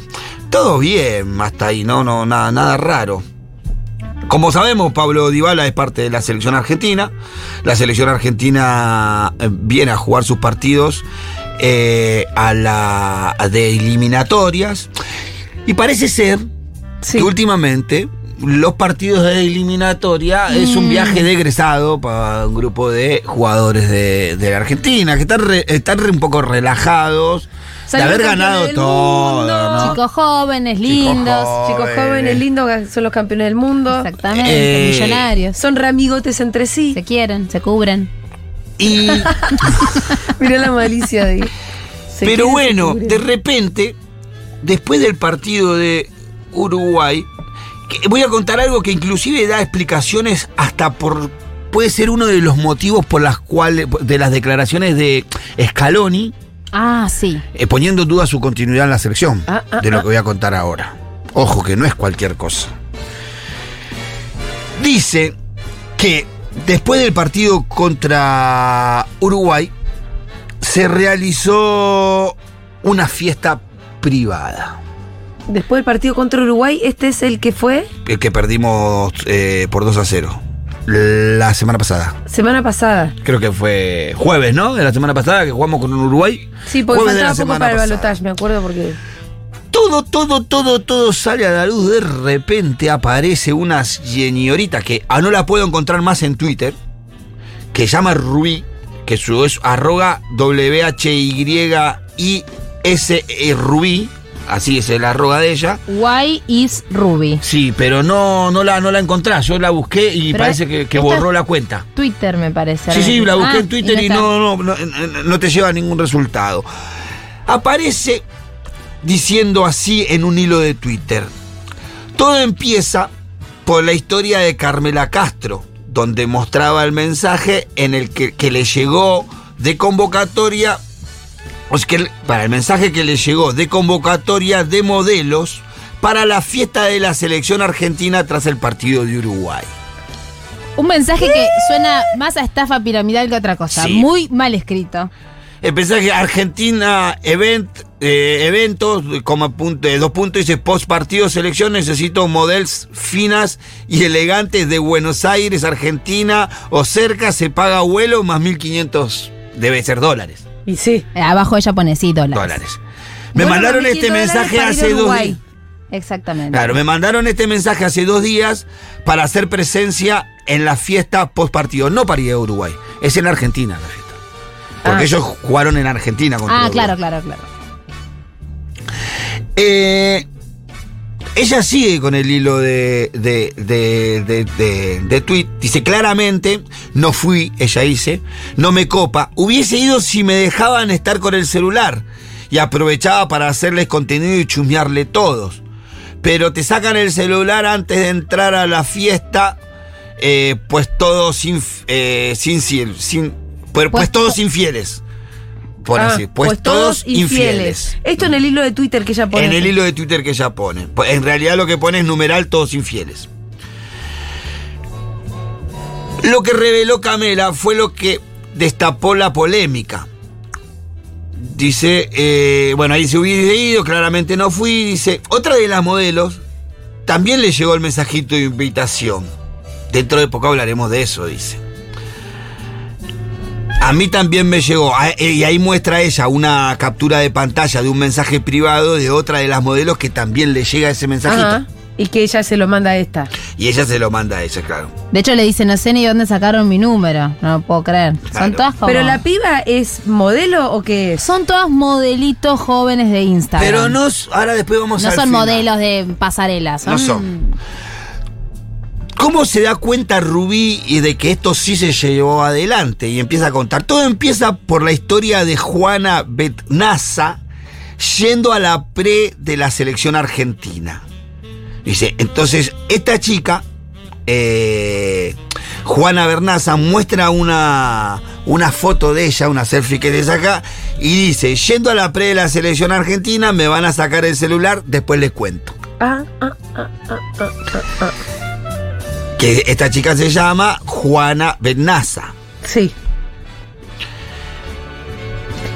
Todo bien hasta ahí, no, no, nada, nada raro. Como sabemos, Pablo Dybala es parte de la selección argentina. La selección argentina eh, viene a jugar sus partidos eh, a la de eliminatorias. Y parece ser Sí. que últimamente los partidos de eliminatoria es un viaje Mm. de egresado para un grupo de jugadores de, de la Argentina, que están, re- están re- un poco relajados. De Salieron haber campeones ganado del todo, mundo. ¿no? Chicos jóvenes, lindos. Chicos Jóvenes. jóvenes, lindos, son los campeones del mundo. Exactamente, Eh, millonarios. Son ramigotes entre sí. Se quieren, se cubren. Y Mirá la malicia de. Se Pero quieren, bueno, se de quieren. repente, después del partido de Uruguay, que- voy a contar algo que inclusive da explicaciones hasta por puede ser uno de los motivos por las cuales de las declaraciones de Scaloni Ah, sí. eh, poniendo en duda su continuidad en la selección, Ah, ah, de lo ah. que voy a contar ahora. Ojo, que no es cualquier cosa. Dice que después del partido contra Uruguay, se realizó una fiesta privada. Después del partido contra Uruguay, este es el que fue El que perdimos eh, por 2 a 0. La semana pasada. semana pasada. Creo que fue jueves, ¿no? De la semana pasada que jugamos con un Uruguay. Sí, porque Jueves de la faltaba poco semana para el pasada. balotaje, me acuerdo porque. todo, todo, todo, todo sale a la luz. De repente aparece una señorita que ah, no la puedo encontrar más en Twitter, que se llama Rubí, que su es arroga W-H-Y-I-S-E E, Rubí, así es el arroga de ella. Why is Ruby? Sí, pero no, no, la, no la encontrás. Yo la busqué y Pero parece que, que esta- borró la cuenta. Twitter me parece. Sí, sí, la busqué Ah, en Twitter y está. no, no, no, no te lleva a ningún resultado. Aparece diciendo así en un hilo de Twitter. Todo empieza por la historia de Carmela Castro, donde mostraba el mensaje en el que, que le llegó de convocatoria, o sea, que el- para el mensaje que le llegó de convocatoria de modelos para la fiesta de la selección argentina tras el partido de Uruguay. Un mensaje que suena más a estafa piramidal que otra cosa. Sí. Muy mal escrito. El mensaje Argentina Event, eh, eventos, coma punto, eh, dos puntos, dice post partido selección, necesito models finas y elegantes de Buenos Aires, Argentina o cerca, se paga vuelo más 1500, debe ser dólares. Y sí. Eh, Abajo ella pone sí, dólares. Dólares. Me Bueno, mandaron más este 1500 mensaje dólares para hace ir a dos Uruguay. días. Exactamente. Claro, me mandaron este mensaje hace dos días para hacer presencia en la fiesta post partido, no para ir a Uruguay, es en Argentina la fiesta. Porque Ah. ellos jugaron en Argentina contra Ah, Uruguay. claro, claro, claro. Eh, ella sigue con el hilo de, de, de, de- de- de tweet. Dice claramente, no fui, ella dice, no me copa. Hubiese ido si me dejaban estar con el celular. Y aprovechaba para hacerles contenido y chusmearle todos. Pero te sacan el celular antes de entrar a la fiesta, eh, pues todos sin, eh, sin, sin, sin- pues, pues Puesto- todos infieles. Pon Ah, así, pues, todos infieles. Esto en el hilo de Twitter que ella pone. En el hilo de Twitter que ella pone. Po- En realidad lo que pone es numeral todos infieles. Lo que reveló Camela fue lo que destapó la polémica. Dice, eh, bueno, ahí se hubiese ido, claramente no fui. Dice, otra de las modelos también le llegó el mensajito de invitación. Dentro de poco hablaremos de eso, dice. A mí también me llegó, a- eh, y ahí muestra ella una captura de pantalla de un mensaje privado de otra de las modelos que también le llega ese mensajito. Ajá. Y que ella se lo manda a esta. Y ella se lo manda a ella, claro. De hecho, le dice, no sé ni dónde sacaron mi número. No lo puedo creer. Son todas como- Pero la piba es modelo o qué es? Son todas modelitos jóvenes de Instagram. Pero no, s- ahora después vamos No al son final. modelos de pasarela. Son, No son. ¿Cómo se da cuenta Rubí y de que esto sí se llevó adelante? Y empieza a contar. Todo empieza por la historia de Juana Betnaza yendo a la pre de la selección argentina. Dice, entonces esta chica, eh, Juana Bernaza, muestra una, una foto de ella, una selfie que le saca, y dice, yendo a la pre de la selección argentina, me van a sacar el celular, después les cuento. Ah, ah, ah, ah, ah, ah. Que esta chica se llama Juana Bernaza. Sí.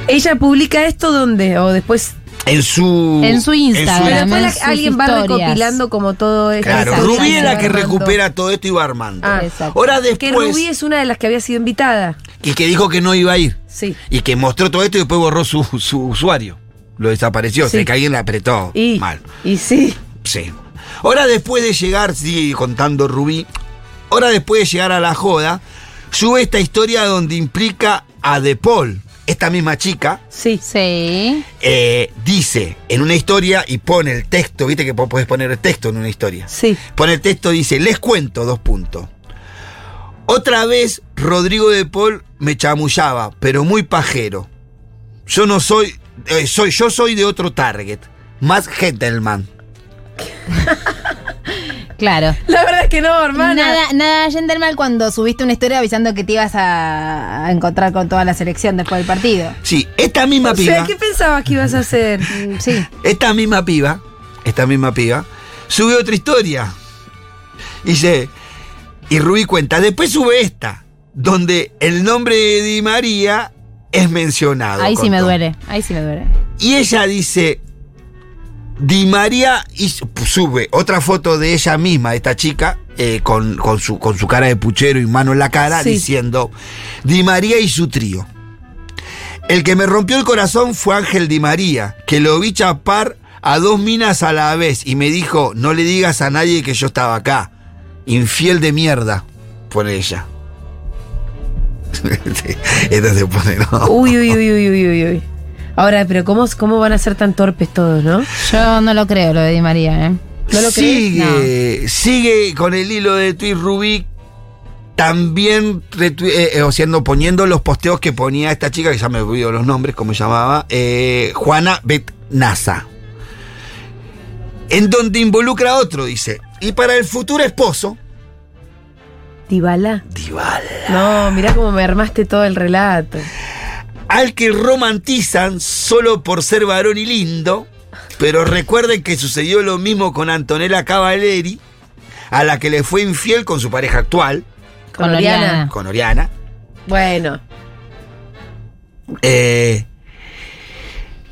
¿Ella publica esto dónde? ¿O después? En su, En su Instagram. Pero en después la- Ah, sus alguien va historias. recopilando como todo esto. Claro, Exacto. Rubí es la que Armando. recupera todo esto y va armando. Ah, Ahora Que después, Rubí es una de las que había sido invitada. y que dijo que no iba a ir. Sí. Y que mostró todo esto y después borró su, su usuario. Lo desapareció, Sí. se que alguien la apretó. Y, Mal. y sí. Sí. Ahora después de llegar, sigue contando Rubí, ahora después de llegar a la joda, sube esta historia donde implica a De Paul, esta misma chica, Sí. Sí. eh, dice en una historia y pone el texto, viste que puedes poner el texto en una historia. Sí. Pone el texto, dice, les cuento dos puntos. Otra vez Rodrigo de Paul me chamullaba, pero muy pajero. Yo no soy, eh, soy yo soy de otro target, más gentleman. Claro. La verdad es que no, hermana. Nada, nada Gendermal cuando subiste una historia avisando que te ibas a a encontrar con toda la selección después del partido. Sí, esta misma O piba. sea, ¿qué pensabas que ibas a hacer? Mm, Sí. Esta misma piba, esta misma piba, sube otra historia. Dice, y Rubí cuenta, después sube esta, donde el nombre de Di María es mencionado. Ahí sí me contó. duele. Ahí sí me duele. Y ella dice, Di María hizo- sube otra foto de ella misma, de esta chica, eh, con, con su, con su cara de puchero y mano en la cara, Sí. diciendo, Di María y su trío. El que me rompió el corazón fue Ángel Di María, que lo vi chapar a dos minas a la vez y me dijo, no le digas a nadie que yo estaba acá. Infiel de mierda, pone ella. Esta se pone, no. Uy, uy, uy, uy, uy, uy, uy. Ahora, pero ¿cómo, ¿cómo van a ser tan torpes todos, no? Yo no lo creo lo de Di María, ¿eh? ¿No lo crees? sigue, sigue con el hilo de Tweet Rubí. También retue- eh, eh, o sea, no, poniendo los posteos que ponía esta chica, que ya me olvido los nombres, como se llamaba, eh, Juana Betnaza. En donde involucra a otro, dice. Y para el futuro esposo, ¿Tibala? Dybala, No, mirá cómo me armaste todo el relato. al que romantizan solo por ser varón y lindo, pero recuerden que sucedió lo mismo con Antonella Cavalleri, a la que le fue infiel con su pareja actual, Con, Con Oriana. Oriana. con Oriana. Bueno, Eh,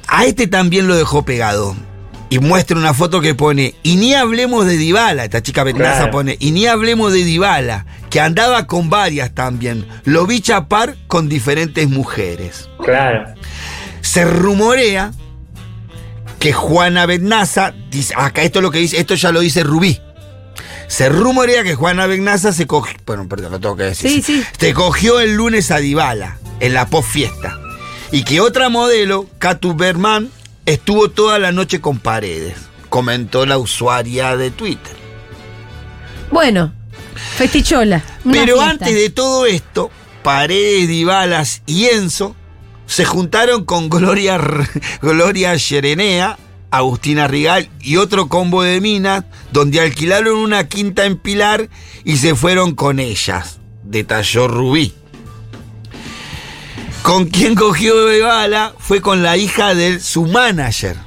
a este también lo dejó pegado. Y muestra una foto que pone, y ni hablemos de Dybala, esta chica Betnaza Claro. pone, y ni hablemos de Dybala, que andaba con varias también. Lo vi chapar con diferentes mujeres. Claro. Se rumorea que Juana Betnaza, dice, ah, acá esto es lo que dice, esto ya lo dice Rubí. Se rumorea que Juana Betnaza se cogió, bueno, perdón, lo tengo que decir. sí, sí. Te cogió el lunes a Dybala en la posfiesta. Y que otra modelo, Katu Berman, estuvo toda la noche con paredes, comentó la usuaria de Twitter. Bueno, festichola. Una Pero fiesta. antes de todo esto, Paredes, Dibalas y Enzo se juntaron con Gloria, R- Gloria Yerenea, Agustina Rigal y otro combo de minas, donde alquilaron una quinta en Pilar y se fueron con ellas, detalló Rubí. con quien cogió Bebala fue con la hija de su manager.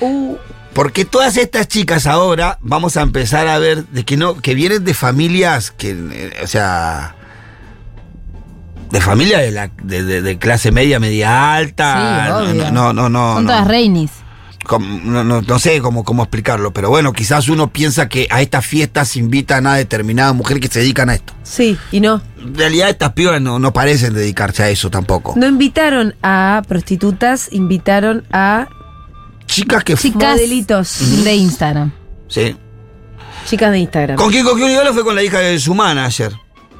Uh. Porque todas estas chicas ahora vamos a empezar a ver de que no, que vienen de familias que, eh, o sea, de familia de, la, de, de- de clase media, media Sí, alta. obvio. no, no, no, no. Son no. todas reinis. Com- no, no- no sé cómo, cómo explicarlo, pero bueno, quizás uno piensa que a estas fiestas invitan a determinada mujer que se dedican a esto. Sí, y no. En realidad estas pibas no, no parecen dedicarse a eso tampoco. No invitaron a prostitutas, invitaron a Chicas que... Chicas modelitos. de Instagram. Sí. Chicas de Instagram. Con quien cogió un ídolo fue con la hija de su manager.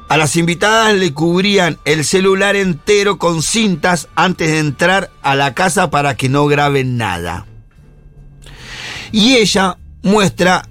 A las invitadas le cubrían el celular entero con cintas antes de entrar a la casa para que no graben nada. Y ella muestra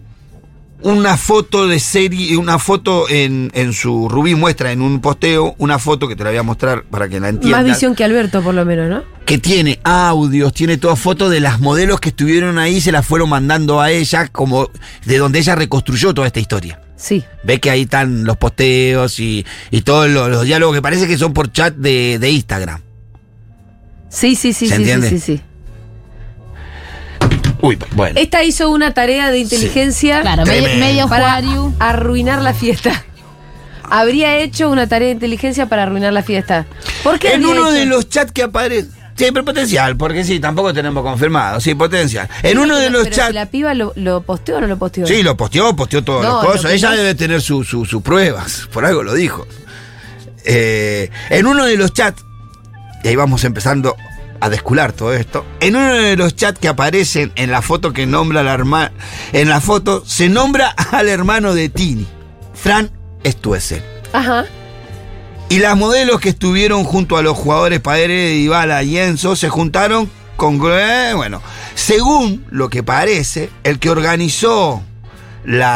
una foto de serie, una foto en, en su Rubí muestra en un posteo, una foto que te la voy a mostrar para que la entiendas Más visión que Alberto, por lo menos, ¿no? que tiene audios, tiene todas fotos de las modelos que estuvieron ahí, se las fueron mandando a ella, como de donde ella reconstruyó toda esta historia. Sí. Ve que ahí están los posteos y, y todos los, los diálogos que parece que son por chat de, de Instagram. Sí, sí, ¿Se sí, sí, sí, entiende? sí, sí. Uy, bueno. Esta hizo una tarea de inteligencia Claro, me- Tremendo. medio para Juariu. arruinar la fiesta. Habría hecho una tarea de inteligencia para arruinar la fiesta. ¿Por qué En habría uno hecho? de los chats que aparece. Siempre potencial, porque sí, tampoco tenemos confirmado. Sí, potencial. En Pero uno si de la- los pero si chats. ¿La piba lo, lo posteó o no lo posteó? Sí, lo posteó, posteó todos No, los lo cosas. que Ella no- debe tener sus su, su pruebas, por algo lo dijo. Eh, en uno de los chats, y ahí vamos empezando a descular todo esto, en uno de los chats que aparecen en la foto que nombra la hermana, en la foto se nombra al hermano de Tini, Fran Stuessel. Ajá. Y las modelos que estuvieron junto a los jugadores Padre, Dybala y Enzo se juntaron con... eh, Bueno, según lo que parece, el que organizó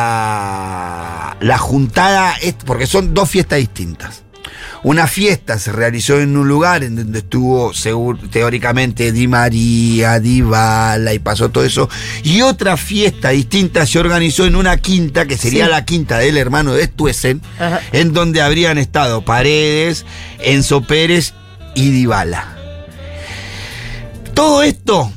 la, la juntada, es- porque son dos fiestas distintas. Una fiesta se realizó en un lugar en donde estuvo segur- teóricamente Di María, Dybala y pasó todo eso. Y otra fiesta distinta se organizó en una quinta, que sería Sí. la quinta del hermano de Stuesen, Ajá. en donde habrían estado Paredes, Enzo Pérez y Dybala. Todo esto,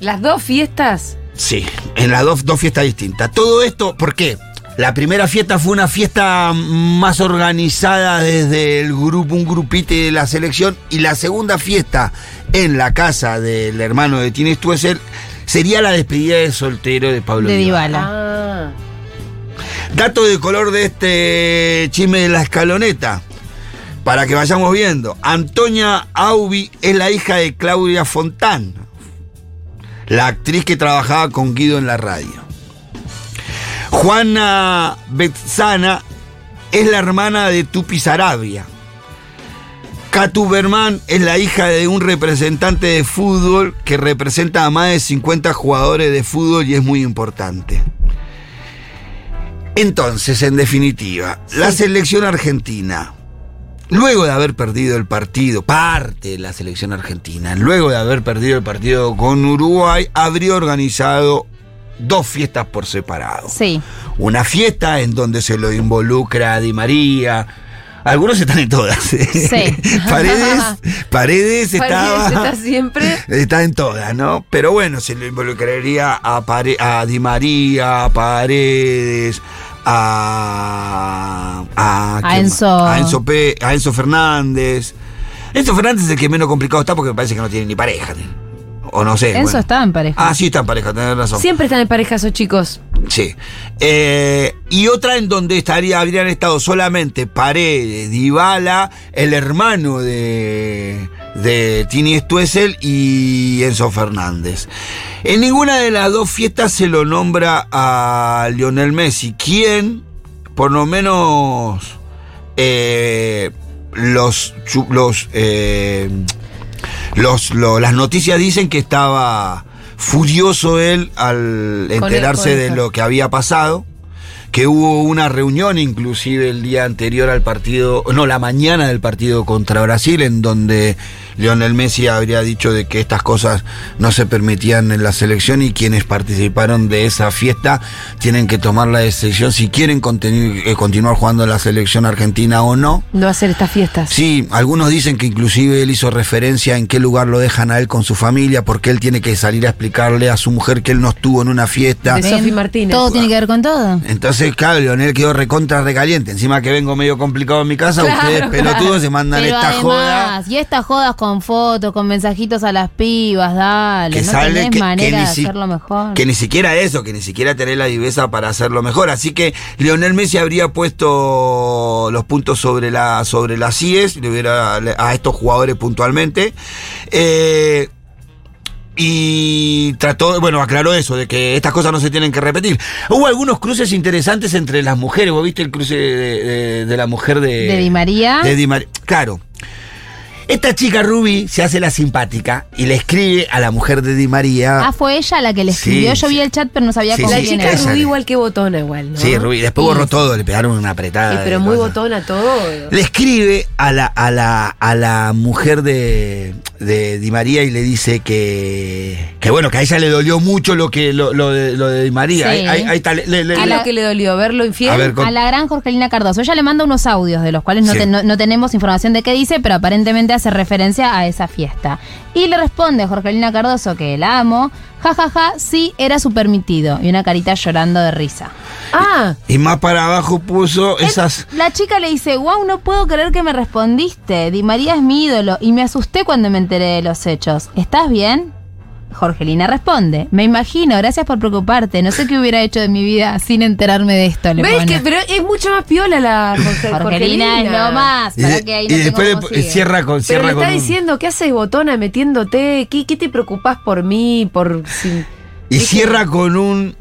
Las dos fiestas. sí, en las dos, dos fiestas distintas. Todo esto, ¿por qué? La primera fiesta fue una fiesta más organizada desde el grupo, un grupite de la selección, y la segunda fiesta en la casa del hermano de Tini Stuessel sería la despedida de soltero de Pablo De Dybala. Dybala. Ah. Dato de color de este chisme de la escaloneta. Para que vayamos viendo. Antonia Aubi es la hija de Claudia Fontán. La actriz que trabajaba con Guido en la radio. Juana Betzana es la hermana de Tupi Sarabia. Katu Berman es la hija de un representante de fútbol que representa a más de 50 jugadores de fútbol y es muy importante. Entonces, en definitiva, la selección argentina, luego de haber perdido el partido, parte de la selección argentina, luego de haber perdido el partido con Uruguay, habría organizado dos fiestas por separado. Sí. Una fiesta en donde se lo involucra a Di María. Algunos están en todas. ¿eh? Sí. Paredes, Paredes estaba. Paredes está siempre. Está en todas, ¿no? Pero bueno, se lo involucraría a, Pare- a Di María, a Paredes, a. A, A ¿qué Enzo. más? A Enzo, Pe- a Enzo Fernández. Enzo Fernández es el que menos complicado está porque me parece que no tiene ni pareja. O no sé. Enzo bueno. está en pareja. Ah, sí, está en pareja, tenés razón. Siempre están en pareja esos chicos. Sí. Eh, y otra en donde estaría, habrían estado solamente Paredes, Dybala, el hermano de, de Tini Stuessel y Enzo Fernández. En ninguna de las dos fiestas se lo nombra a Lionel Messi, quien, por lo menos, eh, los, chu- los, eh, los, lo- las noticias dicen que estaba furioso él al Con enterarse el- con de el- lo que había pasado, que hubo una reunión inclusive el día anterior al partido, no, la mañana del partido contra Brasil, en donde Lionel Messi habría dicho de que estas cosas no se permitían en la selección y quienes participaron de esa fiesta tienen que tomar la decisión si quieren continu- eh, continuar jugando en la selección argentina o no. No hacer estas fiestas. Sí, algunos dicen que inclusive él hizo referencia en qué lugar lo dejan a él con su familia, porque él tiene que salir a explicarle a su mujer que él no estuvo en una fiesta. De Sofi Martínez. Todo tiene que ver con todo. Entonces, claro, Leonel quedó recontra recaliente. Encima que vengo medio complicado en mi casa, Claro, ustedes pelotudos claro. se mandan Pero esta además, joda. Y estas jodas con fotos, con mensajitos a las pibas, dale. Que no sale tenés que- que manera ni de si- hacerlo mejor. Que ni siquiera eso, que ni siquiera tener la viveza para hacerlo mejor. Así que Leonel Messi habría puesto los puntos sobre la sobre las CIES, le hubiera a estos jugadores puntualmente. Eh, y trató, bueno, aclaró eso, de que estas cosas no se tienen que repetir. Hubo algunos cruces interesantes entre las mujeres. ¿Vos viste el cruce de, de- de la mujer de, de Di María. eh, de Di Mari- Claro. Esta chica Ruby se hace la simpática y le escribe a la mujer de Di María. ah, fue ella la que le Sí, escribió. Yo sí. vi el chat, pero no sabía Sí, con sí, La quién chica era. esa era. Rubí igual que botona igual, ¿no? Sí, Ruby. Después borró todo, le pegaron una apretada. Sí, pero de muy cosas. botona todo. Le escribe a la, a la, a la mujer de, de Di María y le dice que, que bueno, que a ella le dolió mucho lo que lo, lo de, lo de Di María. Sí. Ahí, ahí- ahí está. le- le- le- ¿Qué es la- lo que le dolió? ¿Verlo infiel? A ver, con- A la gran Jorgelina Cardoso. Ella le manda unos audios de los cuales no, Sí. te- no- no tenemos información de qué dice, pero aparentemente hace referencia a esa fiesta. Y le responde Jorgelina Cardoso, que la amo, jajaja, ja, ja, sí, era su permitido. Y una carita llorando de risa. Ah, y más para abajo puso esas. La chica le dice, wow, no puedo creer que me respondiste. Di María es mi ídolo y me asusté cuando me enteré de los hechos. ¿Estás bien? Jorgelina responde, me imagino, gracias por preocuparte, no sé qué hubiera hecho de mi vida sin enterarme de esto. Le ¿ves pone. que pero es mucho más piola la Jorge- Jorgelina es lo más. Y, pará de- que ahí y no tengo después cómo le- sigue. cierra con. Pero Cierra le está con un- diciendo, ¿qué haces botona metiéndote? ¿Qué, qué te preocupás por mí? Por Eh. si- y cierra con un.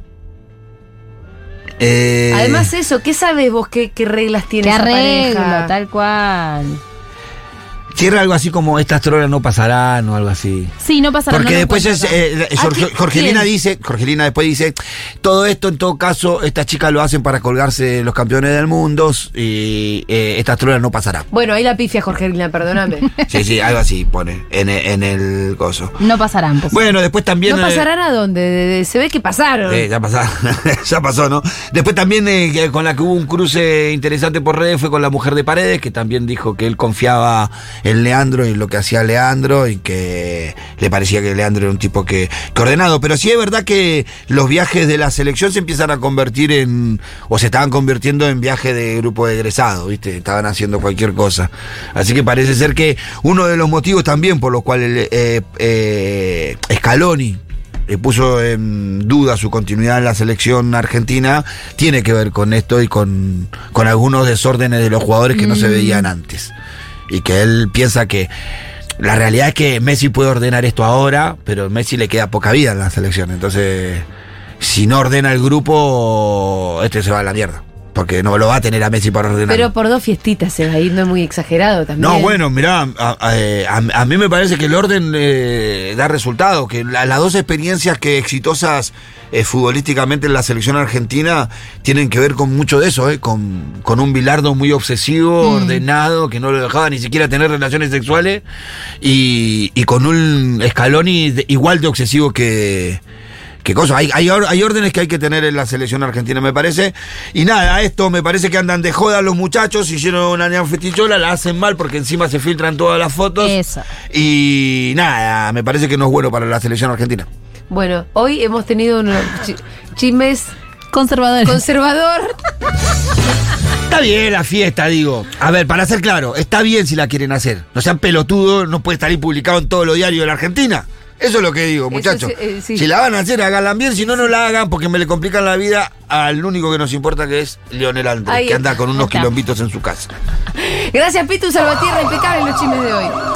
eh, Además eso, ¿qué sabes vos? ¿Qué, qué reglas tiene Qué esa arreglo, pareja? tal cual. Cierra algo así como estas trolas no pasarán o algo así. Sí, no pasa nada. Porque no Ah, lo después es, encuentro eh, acá. la- Jorge- ¿qué- Jorgelina quién? dice, Jorgelina después dice, todo esto en todo caso, estas chicas lo hacen para colgarse los campeones del mundo y eh, estas trolas no pasarán. Bueno, ahí la pifia Jorgelina, perdóname. Sí, sí, algo así pone en, el- en el coso. No pasarán. pues. Bueno, después también... ¿No eh, pasarán a dónde? De- de- se ve que pasaron. eh, ya, pasá- ya pasó, ¿no? Después también eh, que- con la que hubo un cruce interesante por redes fue con la mujer de Paredes, que también dijo que él confiaba en Leandro y en lo que hacía Leandro y que le parecía que Leandro era un tipo que, que ordenado. Pero sí es verdad que los viajes de la selección se empiezan a convertir en, o se estaban convirtiendo en viajes de grupo de egresados, ¿viste? Estaban haciendo cualquier cosa. Así que parece ser que uno de los motivos también por los cuales eh, eh, Scaloni le eh, puso en duda su continuidad en la selección argentina, tiene que ver con esto y con, con algunos desórdenes de los jugadores que no se veían antes. Y que él piensa que la realidad es que Messi puede ordenar esto ahora, pero a Messi le queda poca vida en la selección. Entonces, si no ordena el grupo, este se va a la mierda. Porque no lo va a tener a Messi para ordenar. Pero por dos fiestitas se va a ir, no es muy exagerado también. No, bueno, mirá, a, a- eh, a- a mí me parece que el orden eh, da resultado, que la- las dos experiencias que exitosas eh, futbolísticamente en la selección argentina tienen que ver con mucho de eso, eh, con, con un Bilardo muy obsesivo, ordenado, que no lo dejaba ni siquiera tener relaciones sexuales, y, y con un Scaloni de- igual de obsesivo que... que cosa? Hay, hay, or- hay órdenes que hay que tener en la selección argentina, me parece. Y nada, esto me parece que andan de joda los muchachos, hicieron una neanfetichola, la hacen mal porque encima se filtran todas las fotos. Eso. Y nada, me parece que no es bueno para la selección argentina. Bueno, hoy hemos tenido unos chi- chismes Conservadores. conservador. Está bien la fiesta, digo. A ver, para ser claro, está bien si la quieren hacer. No sean pelotudos, no puede estar ahí publicado en todos los diarios de la Argentina. Eso es lo que digo, Eso muchachos. sí, eh, sí. Si la van a hacer, háganla bien, si no, no la hagan porque me le complican la vida al único que nos importa que es Leonel Andrés, Ahí que anda está, con ahí unos está. quilombitos en su casa. Gracias, Pitu Salvatierra, impecable los chismes de hoy.